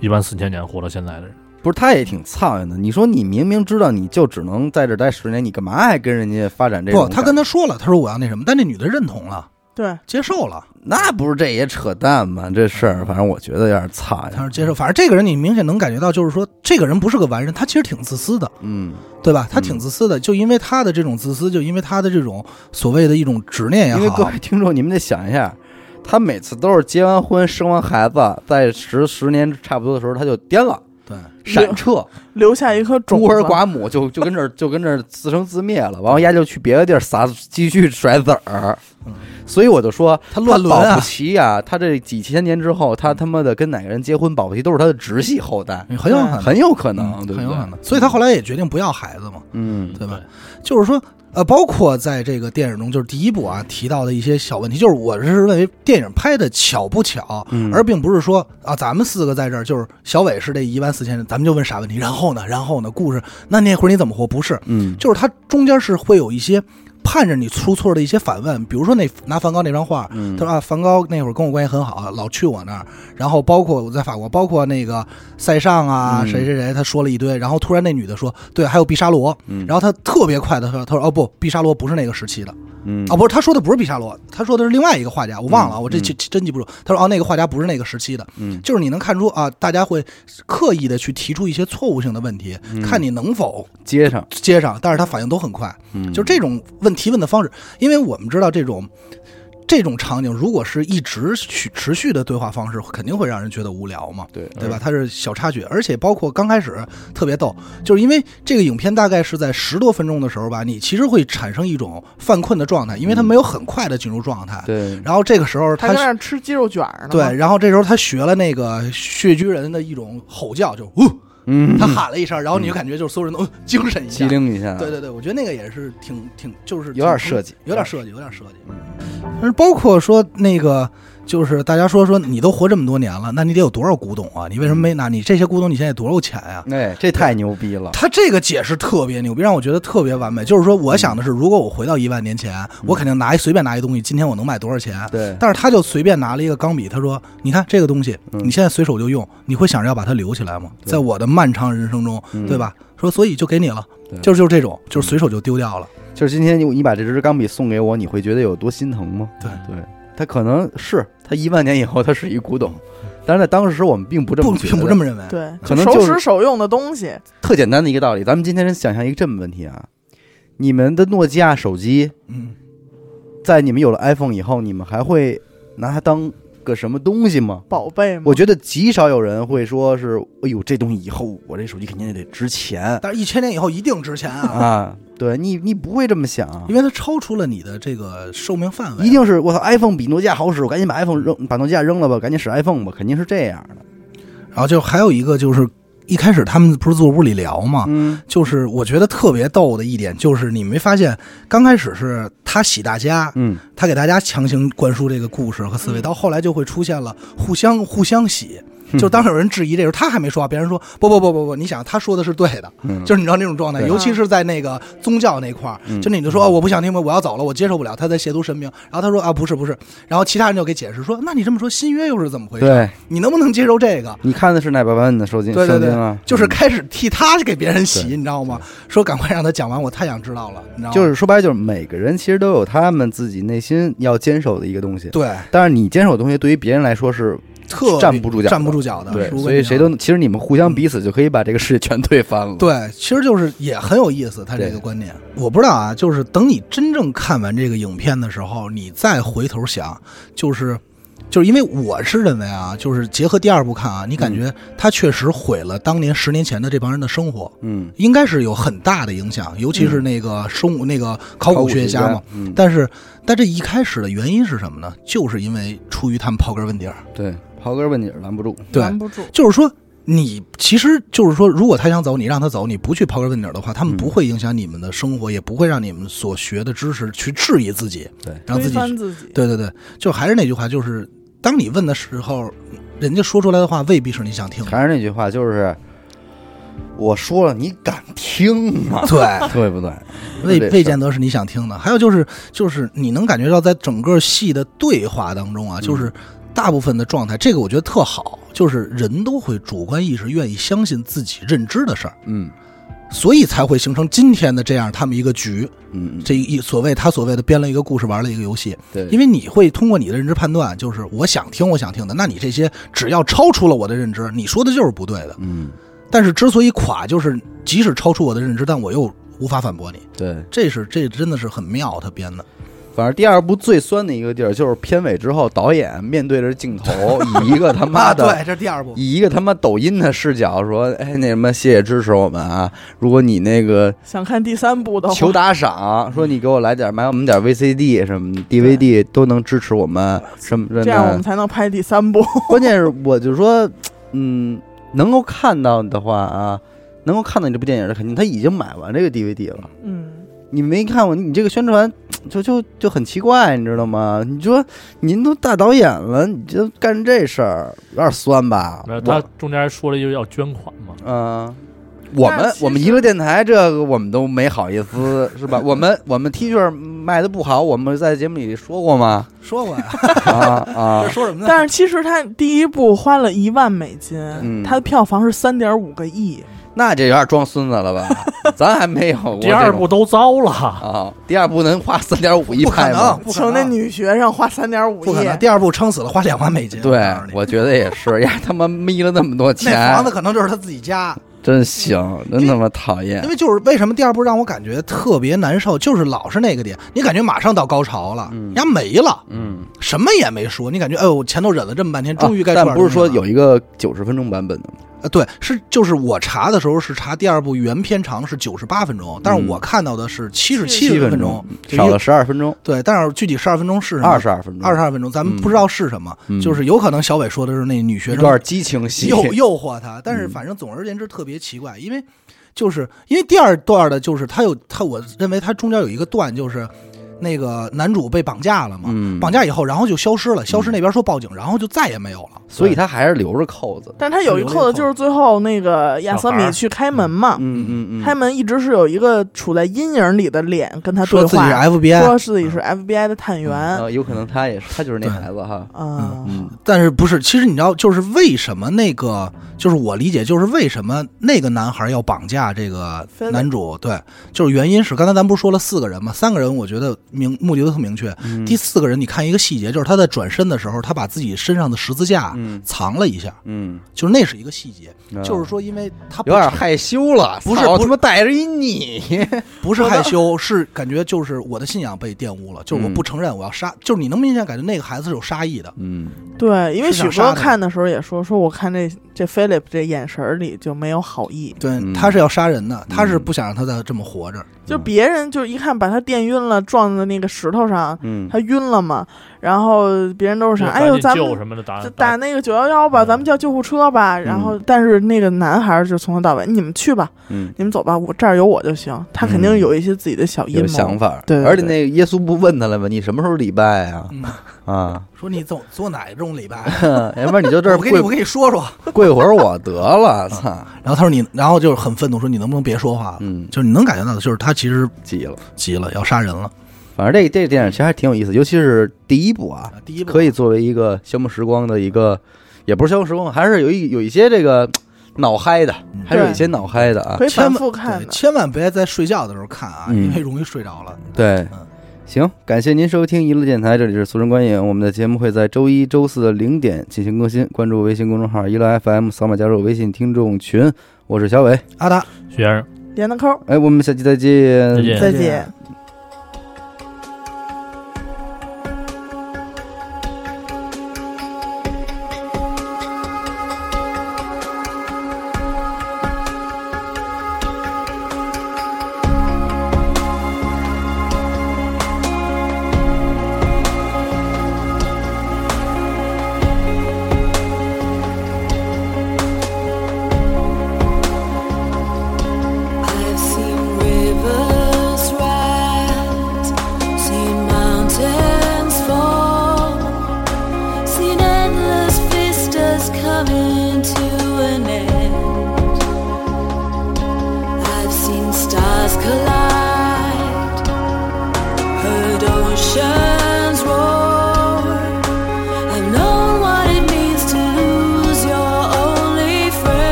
Speaker 3: 一万四千年活到现在的人，
Speaker 1: 不是，他也挺苍蝇的。你说你明明知道你就只能在这儿待十年，你干嘛还跟人家发展这种
Speaker 2: 不，
Speaker 1: 感？
Speaker 2: 他跟他说了，他说我要那什么，但那女的认同了，
Speaker 4: 对，
Speaker 2: 接受了。
Speaker 1: 那不是这也扯淡吗？这事儿反正我觉得有点苍
Speaker 2: 他
Speaker 1: 蝇。
Speaker 2: 是接受，反正这个人你明显能感觉到，就是说这个人不是个完人，他其实挺自私的，
Speaker 1: 嗯，
Speaker 2: 对吧？他挺自私的，就因为他的这种自私，就因为他的这种所谓的一种执念
Speaker 1: 因为
Speaker 2: 也
Speaker 1: 各
Speaker 2: 好，
Speaker 1: 位听众，你们得想一下，他每次都是结完婚、生完孩子，在十十年差不多的时候他就颠了，
Speaker 2: 对，
Speaker 1: 闪撤，
Speaker 4: 留下一颗种
Speaker 1: 孤
Speaker 4: 子。
Speaker 1: 儿寡母就就跟这儿就跟这儿自生自灭了，完后丫就去别的地儿撒，继续甩籽儿
Speaker 2: 嗯。
Speaker 1: 所以我就说，
Speaker 2: 他乱伦
Speaker 1: 保
Speaker 2: 啊
Speaker 1: 不，齐呀、他这几千年之后，他他妈的跟哪个人结婚，保不齐都是他的直系后代，
Speaker 2: 很有可能，
Speaker 1: 嗯很有可
Speaker 2: 可
Speaker 1: 能，对不
Speaker 2: 嗯很有
Speaker 1: 对
Speaker 2: 可能。所以他后来也决定不要孩子嘛，
Speaker 1: 嗯，
Speaker 2: 对吧？就是说，呃，包括在这个电影中，就是第一部啊提到的一些小问题，就是我是认为电影拍的巧不巧，
Speaker 1: 嗯
Speaker 2: 而并不是说啊，咱们四个在这儿，就是小伟是这一万四千人，咱们就问傻问题，然后呢，然后呢，故事那那会儿你怎么活？不是，
Speaker 1: 嗯，
Speaker 2: 就是它中间是会有一些盼着你出错的一些反问，比如说那拿梵高那张画，
Speaker 1: 嗯
Speaker 2: 他说啊，梵高那会儿跟我关系很好，啊老去我那儿，然后包括我在法国，包括那个塞尚啊，
Speaker 1: 嗯
Speaker 2: 谁谁谁，他说了一堆，然后突然那女的说，对，还有毕沙罗，
Speaker 1: 嗯
Speaker 2: 然后他特别快的说，他说哦不，毕沙罗不是那个时期的，
Speaker 1: 嗯
Speaker 2: 啊，不是，他说的不是毕沙罗，他说的是另外一个画家，我忘了，
Speaker 1: 嗯
Speaker 2: 我这
Speaker 1: 嗯
Speaker 2: 记真记不住，他说哦那个画家不是那个时期的，
Speaker 1: 嗯
Speaker 2: 就是你能看出啊，大家会刻意的去提出一些错误性的问题，
Speaker 1: 嗯
Speaker 2: 看你能否
Speaker 1: 接上，
Speaker 2: 接上，但是他反应都很快。
Speaker 1: 嗯
Speaker 2: 就这种问提问的方式，因为我们知道这种这种场景，如果是一直去持续的对话方式，肯定会让人觉得无聊嘛，
Speaker 1: 对
Speaker 2: 对吧？它是小插曲，而且包括刚开始特别逗，就是因为这个影片大概是在十多分钟的时候吧，你其实会产生一种犯困的状态，因为它没有很快的进入状态。
Speaker 1: 嗯对，
Speaker 2: 然后这个时候
Speaker 4: 他
Speaker 2: 他
Speaker 4: 在那儿吃鸡肉卷儿呢。
Speaker 2: 对，，然后这时候他学了那个穴居人的一种吼叫，就呜、
Speaker 1: 嗯
Speaker 2: 他喊了一声，然后你就感觉就是所有人都、呃精神一下
Speaker 1: 机。灵一下，
Speaker 2: 对对对，我觉得那个也是挺挺，就是
Speaker 1: 啊有点嗯
Speaker 2: 挺
Speaker 1: 设计
Speaker 2: 有点设计，有点设计。但是包括说那个，就是大家说说你都活这么多年了，那你得有多少古董啊？你为什么
Speaker 1: 嗯
Speaker 2: 没拿？你这些古董你现在多少钱呀、
Speaker 1: 哎，这太牛逼了，
Speaker 2: 他这个解释特别牛逼，让我觉得特别完美。就是说，
Speaker 1: 嗯
Speaker 2: 我想的是，如果我回到一万年前，我肯定拿一随便拿一东西，今天我能卖多少钱？
Speaker 1: 对，
Speaker 2: 但是他就随便拿了一个钢笔，他说：“你看这个东西，
Speaker 1: 嗯
Speaker 2: 你现在随手就用，你会想着要把它留起来吗？
Speaker 1: 对
Speaker 2: 在我的漫长人生中，
Speaker 1: 嗯
Speaker 2: 对吧？说所以就给你了
Speaker 1: 对，嗯
Speaker 2: 就是就是这种，就是随手就丢掉了。
Speaker 1: 就是今天你你把这支钢笔送给我，你会觉得有多心疼吗？
Speaker 2: 对
Speaker 1: 对，它可能是它一万年以后它是一古董， 但是在当时我们并不这
Speaker 2: 不，
Speaker 1: 么觉
Speaker 2: 并不
Speaker 1: 得
Speaker 2: 这么认为。
Speaker 4: 对，
Speaker 1: 可能
Speaker 4: 手
Speaker 1: 就是
Speaker 4: 使手用的东西，
Speaker 1: 特简单的一个道理。咱们今天想象一个这么问题啊，你们的诺基亚手机
Speaker 2: 嗯，
Speaker 1: 在你们有了 iPhone 以后，你们还会拿它当个什么东西吗？
Speaker 4: 宝贝嘛。
Speaker 1: 我觉得极少有人会说是，哎呦，这东西以后我这手机肯定得值钱
Speaker 2: 但是一千年以后一定值 钱啊，
Speaker 1: 啊！对你，你不会这么想啊
Speaker 2: 因，为它超出了你的这个寿命范围。
Speaker 1: 一定是我操，iPhone 比诺基亚好使，我赶紧把 iPhone 扔，把诺基亚扔了吧，赶紧使 iPhone 吧，肯定是这样的。
Speaker 2: 然后就还有一个就是，一开始他们不是坐屋里聊嘛，
Speaker 1: 嗯
Speaker 2: 就是我觉得特别逗的一点就是，你没发现刚开始是他洗大家，
Speaker 1: 嗯，
Speaker 2: 他给大家强行灌输这个故事和思维，到后来就会出现了互相互相洗。
Speaker 1: 嗯
Speaker 2: 就当有人质疑这时候，他还没说话，别人说不不不不不，你想他说的是对的，
Speaker 1: 嗯
Speaker 2: 就是你知道那种状态，
Speaker 1: 对
Speaker 2: 尤其是在那个宗教那块儿，
Speaker 1: 嗯
Speaker 2: 就你就说、哦我不想听，我要走了，我接受不了，他在亵渎神明。然后他说啊不是不是，然后其他人就给解释说，那你这么说新约又是怎么回事？
Speaker 1: 对，
Speaker 2: 你能不能接受这个？
Speaker 1: 你看的是哪版本的圣经？
Speaker 2: 对对对
Speaker 1: 圣经啊，
Speaker 2: 就是开始替他给别人洗，
Speaker 1: 对
Speaker 2: 你知道吗？说赶快让他讲完，我太想知道了，你知道吗？
Speaker 1: 就是说白了，就是每个人其实都有他们自己内心要坚守的一个东西。
Speaker 2: 对，
Speaker 1: 但是你坚守的东西对于别人来说是
Speaker 2: 特别
Speaker 1: 站不住脚的
Speaker 2: 站不住脚的，
Speaker 1: 对，
Speaker 2: 如果
Speaker 1: 所以
Speaker 2: 你要
Speaker 1: 谁都其实你们互相彼此就可以把这个世界全推翻了。，
Speaker 2: 对，其实就是也很有意思，他这
Speaker 1: 对
Speaker 2: 个观点，我不知道啊，就是等你真正看完这个影片的时候，你再回头想，就是。就是因为我是认为啊，就是结合第二部看啊，你感觉他确实毁了当年十年前的这帮人的生活，
Speaker 1: 嗯，
Speaker 2: 应该是有很大的影响，尤其是那个生物、那个考古学家嘛。
Speaker 1: 嗯，
Speaker 2: 但是，但这一开始的原因是什么呢？就是因为出于他们刨根问底儿，
Speaker 1: 对，刨根问底儿拦不住。
Speaker 2: 对，
Speaker 4: 拦不住。
Speaker 2: 就是说，你其实就是说，如果他想走，你让他走，你不去刨根问底儿的话，他们
Speaker 1: 嗯
Speaker 2: 不会影响你们的生活，也不会让你们所学的知识去质疑自己，
Speaker 1: 对
Speaker 2: 让
Speaker 4: 推
Speaker 2: 自己
Speaker 4: 翻自己，
Speaker 2: 对对对，就还是那句话，就是当你问的时候，人家说出来的话未必是你想听的，？
Speaker 1: 还是那句话，就是我说了，你敢听吗
Speaker 2: 对，
Speaker 1: 对不对？
Speaker 2: 未
Speaker 1: 这事儿
Speaker 2: 未见得是你
Speaker 1: 嗯
Speaker 2: 想听的。还有就是就是你能感觉到，在整个戏的对话当中啊，就是大部分的状态，这个我觉得特好，就是人都会主观意识愿意相信自己认知的事儿，
Speaker 1: 嗯
Speaker 2: 所以才会形成今天的这样他们一个局，
Speaker 1: 嗯，嗯
Speaker 2: 这一所谓他所谓的编了一个故事，玩了一个游戏。
Speaker 1: 对，
Speaker 2: 因为你会通过你的认知判断，就是我想听我想听的，那你这些只要超出了我的认知，你说的就是不对的。
Speaker 1: 嗯
Speaker 2: 但是之所以垮，就是即使超出我的认知，但我又无法反驳你，
Speaker 1: 对，
Speaker 2: 这是这真的是很妙他编的。
Speaker 1: 反正第二部最酸的一个地儿就是片尾之后，导演面对着镜头，以一个他妈 的
Speaker 2: 啊对，这是第二部，
Speaker 1: 以一个他妈抖音的视角说：“哎，那什么，谢谢支持我们啊！如果你那个
Speaker 4: 想看第三部的话，
Speaker 1: 求打赏，说你给我来点买我们点 VCD 什么 DVD 都能支持我们什么的。
Speaker 4: 这样我们才能拍第三部。
Speaker 1: 关键是我就说，嗯，能够看到的话啊，能够看到你这部电影的，肯定他已经买完这个 DVD 了。
Speaker 4: 嗯，
Speaker 1: 你没看过，你这个宣传就就就很奇怪，你知道吗？你说您都大导演了，你就干这事儿，有点酸吧？
Speaker 3: 没有，他
Speaker 1: 我
Speaker 3: 中间还说了一个要捐款嘛，
Speaker 1: 嗯、我
Speaker 4: 但
Speaker 1: 们
Speaker 4: 是其实
Speaker 1: 我们娱乐电台这个我们都没好意思，是吧？我们我们 T 恤卖的不好，我们在节目里说过吗？
Speaker 2: 说过 呀，
Speaker 1: 啊啊
Speaker 2: 这，说什么呢？
Speaker 4: 但是其实他第一部花了一万美金，
Speaker 1: 嗯
Speaker 4: 他的票房是三点五个亿，
Speaker 1: 那这有点装孙子了吧？咱还没有过
Speaker 3: 第二
Speaker 1: 这种
Speaker 3: 部都糟了，
Speaker 1: 啊，第二部能花三点五亿
Speaker 2: 不可
Speaker 1: 拍吗
Speaker 2: 能，？不可
Speaker 4: 请那
Speaker 2: 能，
Speaker 4: 女学生花三点五
Speaker 2: 不可
Speaker 4: 亿
Speaker 2: 能。，第二部撑死了花两万美金，
Speaker 1: 对
Speaker 2: 告诉，你
Speaker 1: 我觉得也是，呀，他妈眯了那么多钱，
Speaker 2: 那房子可能就是他自己家。
Speaker 1: 真行，真他妈讨厌
Speaker 2: 因。为就是为什么第二部让我感觉特别难受，就是老是那个点，你感觉马上到高潮了，人家没了，
Speaker 1: 嗯，
Speaker 2: 什么也没说，你感觉哎呦，我前头忍了这么半天，终于该出
Speaker 1: 啊
Speaker 2: 点
Speaker 1: 但不
Speaker 2: 东西了、
Speaker 1: 是说有一个九十分钟版本的吗？
Speaker 2: 呃，对，是就是我查的时候是查第二部原片长是九十八分钟，
Speaker 1: 嗯
Speaker 2: 但是我看到的是七十
Speaker 4: 77
Speaker 2: 七
Speaker 1: 分嗯
Speaker 2: 分钟，就一
Speaker 1: 少了十二分钟，
Speaker 2: 对，但是具体十二分钟是什么？
Speaker 1: 二十二分钟，
Speaker 2: 二十二分钟，咱们
Speaker 1: 嗯
Speaker 2: 不知道是什么，
Speaker 1: 嗯
Speaker 2: 就是有可能小伟说的是那女学
Speaker 1: 一
Speaker 2: 生
Speaker 1: 段激情戏，
Speaker 2: 诱诱惑他，但
Speaker 1: 嗯
Speaker 2: 是反正总而言之特别奇怪，因为就是因为第二段的就是他有他，我认为他中间有一个段就是那个男主被绑架了嘛，
Speaker 1: 嗯
Speaker 2: 绑架以后然后就消失了，消失那边说报警，然后就再也没有了。
Speaker 1: 所以他还是留着扣子。
Speaker 4: 但是他有一扣的就是最后那个亚瑟米去开门嘛，
Speaker 1: 嗯嗯
Speaker 4: 开门一直是有一个处在阴影里的脸跟他对
Speaker 2: 说自己是
Speaker 4: 话，
Speaker 2: FBI，
Speaker 4: 说自己是 FBI 的探员
Speaker 1: 嗯，，呃有可能他也是，他就是那孩子哈。
Speaker 4: 啊，
Speaker 1: 嗯
Speaker 2: 但是不是？其实你知道，就是为什么那个，就是我理解，就是为什么那个男孩要绑架这个
Speaker 4: Philip
Speaker 2: 男主？对，就是原因是刚才咱不是说了四个人嘛，三个人我觉得明目的都特明确，
Speaker 1: 嗯
Speaker 2: 第四个人，你看一个细节，就是他在转身的时候，他把自己身上的十字架
Speaker 1: 嗯
Speaker 2: 藏了一下，
Speaker 1: 嗯，
Speaker 2: 就是那是一个细节。
Speaker 1: 嗯
Speaker 2: 啊就是说，因为他不
Speaker 1: 有点害羞了，
Speaker 2: 不是
Speaker 1: 操
Speaker 2: 不是
Speaker 1: 他妈带着一你，
Speaker 2: 不是害羞，是感觉就是我的信仰被玷污了，就是我不承认我要杀，就是你能明显感觉那个孩子是有杀意的。
Speaker 1: 嗯，
Speaker 4: 对，因为许
Speaker 2: 是想杀
Speaker 4: 哥
Speaker 2: 的
Speaker 4: 看的时候也说，说我看这这 Philip 这眼神儿里就没有好意，
Speaker 2: 对，
Speaker 1: 嗯
Speaker 2: 他是要杀人的，他是不想让他再这么活着。
Speaker 4: 就别人就一看把他电晕了，撞在那个石头上，
Speaker 1: 嗯
Speaker 4: 他晕了嘛，然后别人都是
Speaker 3: 就
Speaker 4: 想，
Speaker 3: 赶
Speaker 4: 哎呦，
Speaker 3: 紧
Speaker 4: 咱
Speaker 3: 救
Speaker 4: 们
Speaker 3: 什么的打
Speaker 4: 就打那个九幺幺吧，咱们叫救护车吧。然后，但是那个男孩儿就从头到尾，你们去吧，
Speaker 1: 嗯，
Speaker 4: 你们走吧，我这儿有我就行。他肯定
Speaker 1: 嗯
Speaker 4: 有一些自己的小阴
Speaker 1: 有
Speaker 4: 谋。
Speaker 1: 想法。
Speaker 4: 对对
Speaker 1: 而且
Speaker 4: 对
Speaker 1: 那个耶稣不问他了吗？你什么时候礼拜啊？
Speaker 2: 嗯，
Speaker 1: 啊，
Speaker 2: 说你做做哪一种 礼拜？
Speaker 1: 要不然你就这儿
Speaker 2: 我给你，我
Speaker 1: 跪
Speaker 2: 给你说说。
Speaker 1: 跪会儿我得了， 操，
Speaker 2: 然后他说你，然后就是很愤怒，说你能不能别说话了？
Speaker 1: 嗯，
Speaker 2: 就是你能感觉到的，就是他其实
Speaker 1: 急了。
Speaker 2: 急了，要杀人了。
Speaker 1: 反正这这电影其实还挺有意思，尤其是第一部啊，
Speaker 2: 第一部
Speaker 1: 可以作为一个消磨时光的一个，也不是消磨时光，还是有一有一些这个脑嗨的，
Speaker 2: 嗯
Speaker 1: 还是有一些脑嗨的啊
Speaker 4: 可。以
Speaker 2: 千
Speaker 4: 反
Speaker 2: 万
Speaker 4: 复看
Speaker 2: 对
Speaker 4: 的。
Speaker 2: 千万别在睡觉的时候看啊，
Speaker 1: 嗯
Speaker 2: 因为容易睡着了。
Speaker 1: 对
Speaker 2: 嗯，
Speaker 1: 行，感谢您收听一路电台，这里是《俗人观影》，我们的节目会在周一周四的零点进行更新，关注微信公众号“一路 FM”，扫码加入微信听众群，我是小伟，
Speaker 2: 阿达，
Speaker 3: 学生。
Speaker 4: 点的扣儿，
Speaker 1: 哎，我们下期再见，
Speaker 3: 再见
Speaker 4: 再
Speaker 2: 再见
Speaker 4: 见。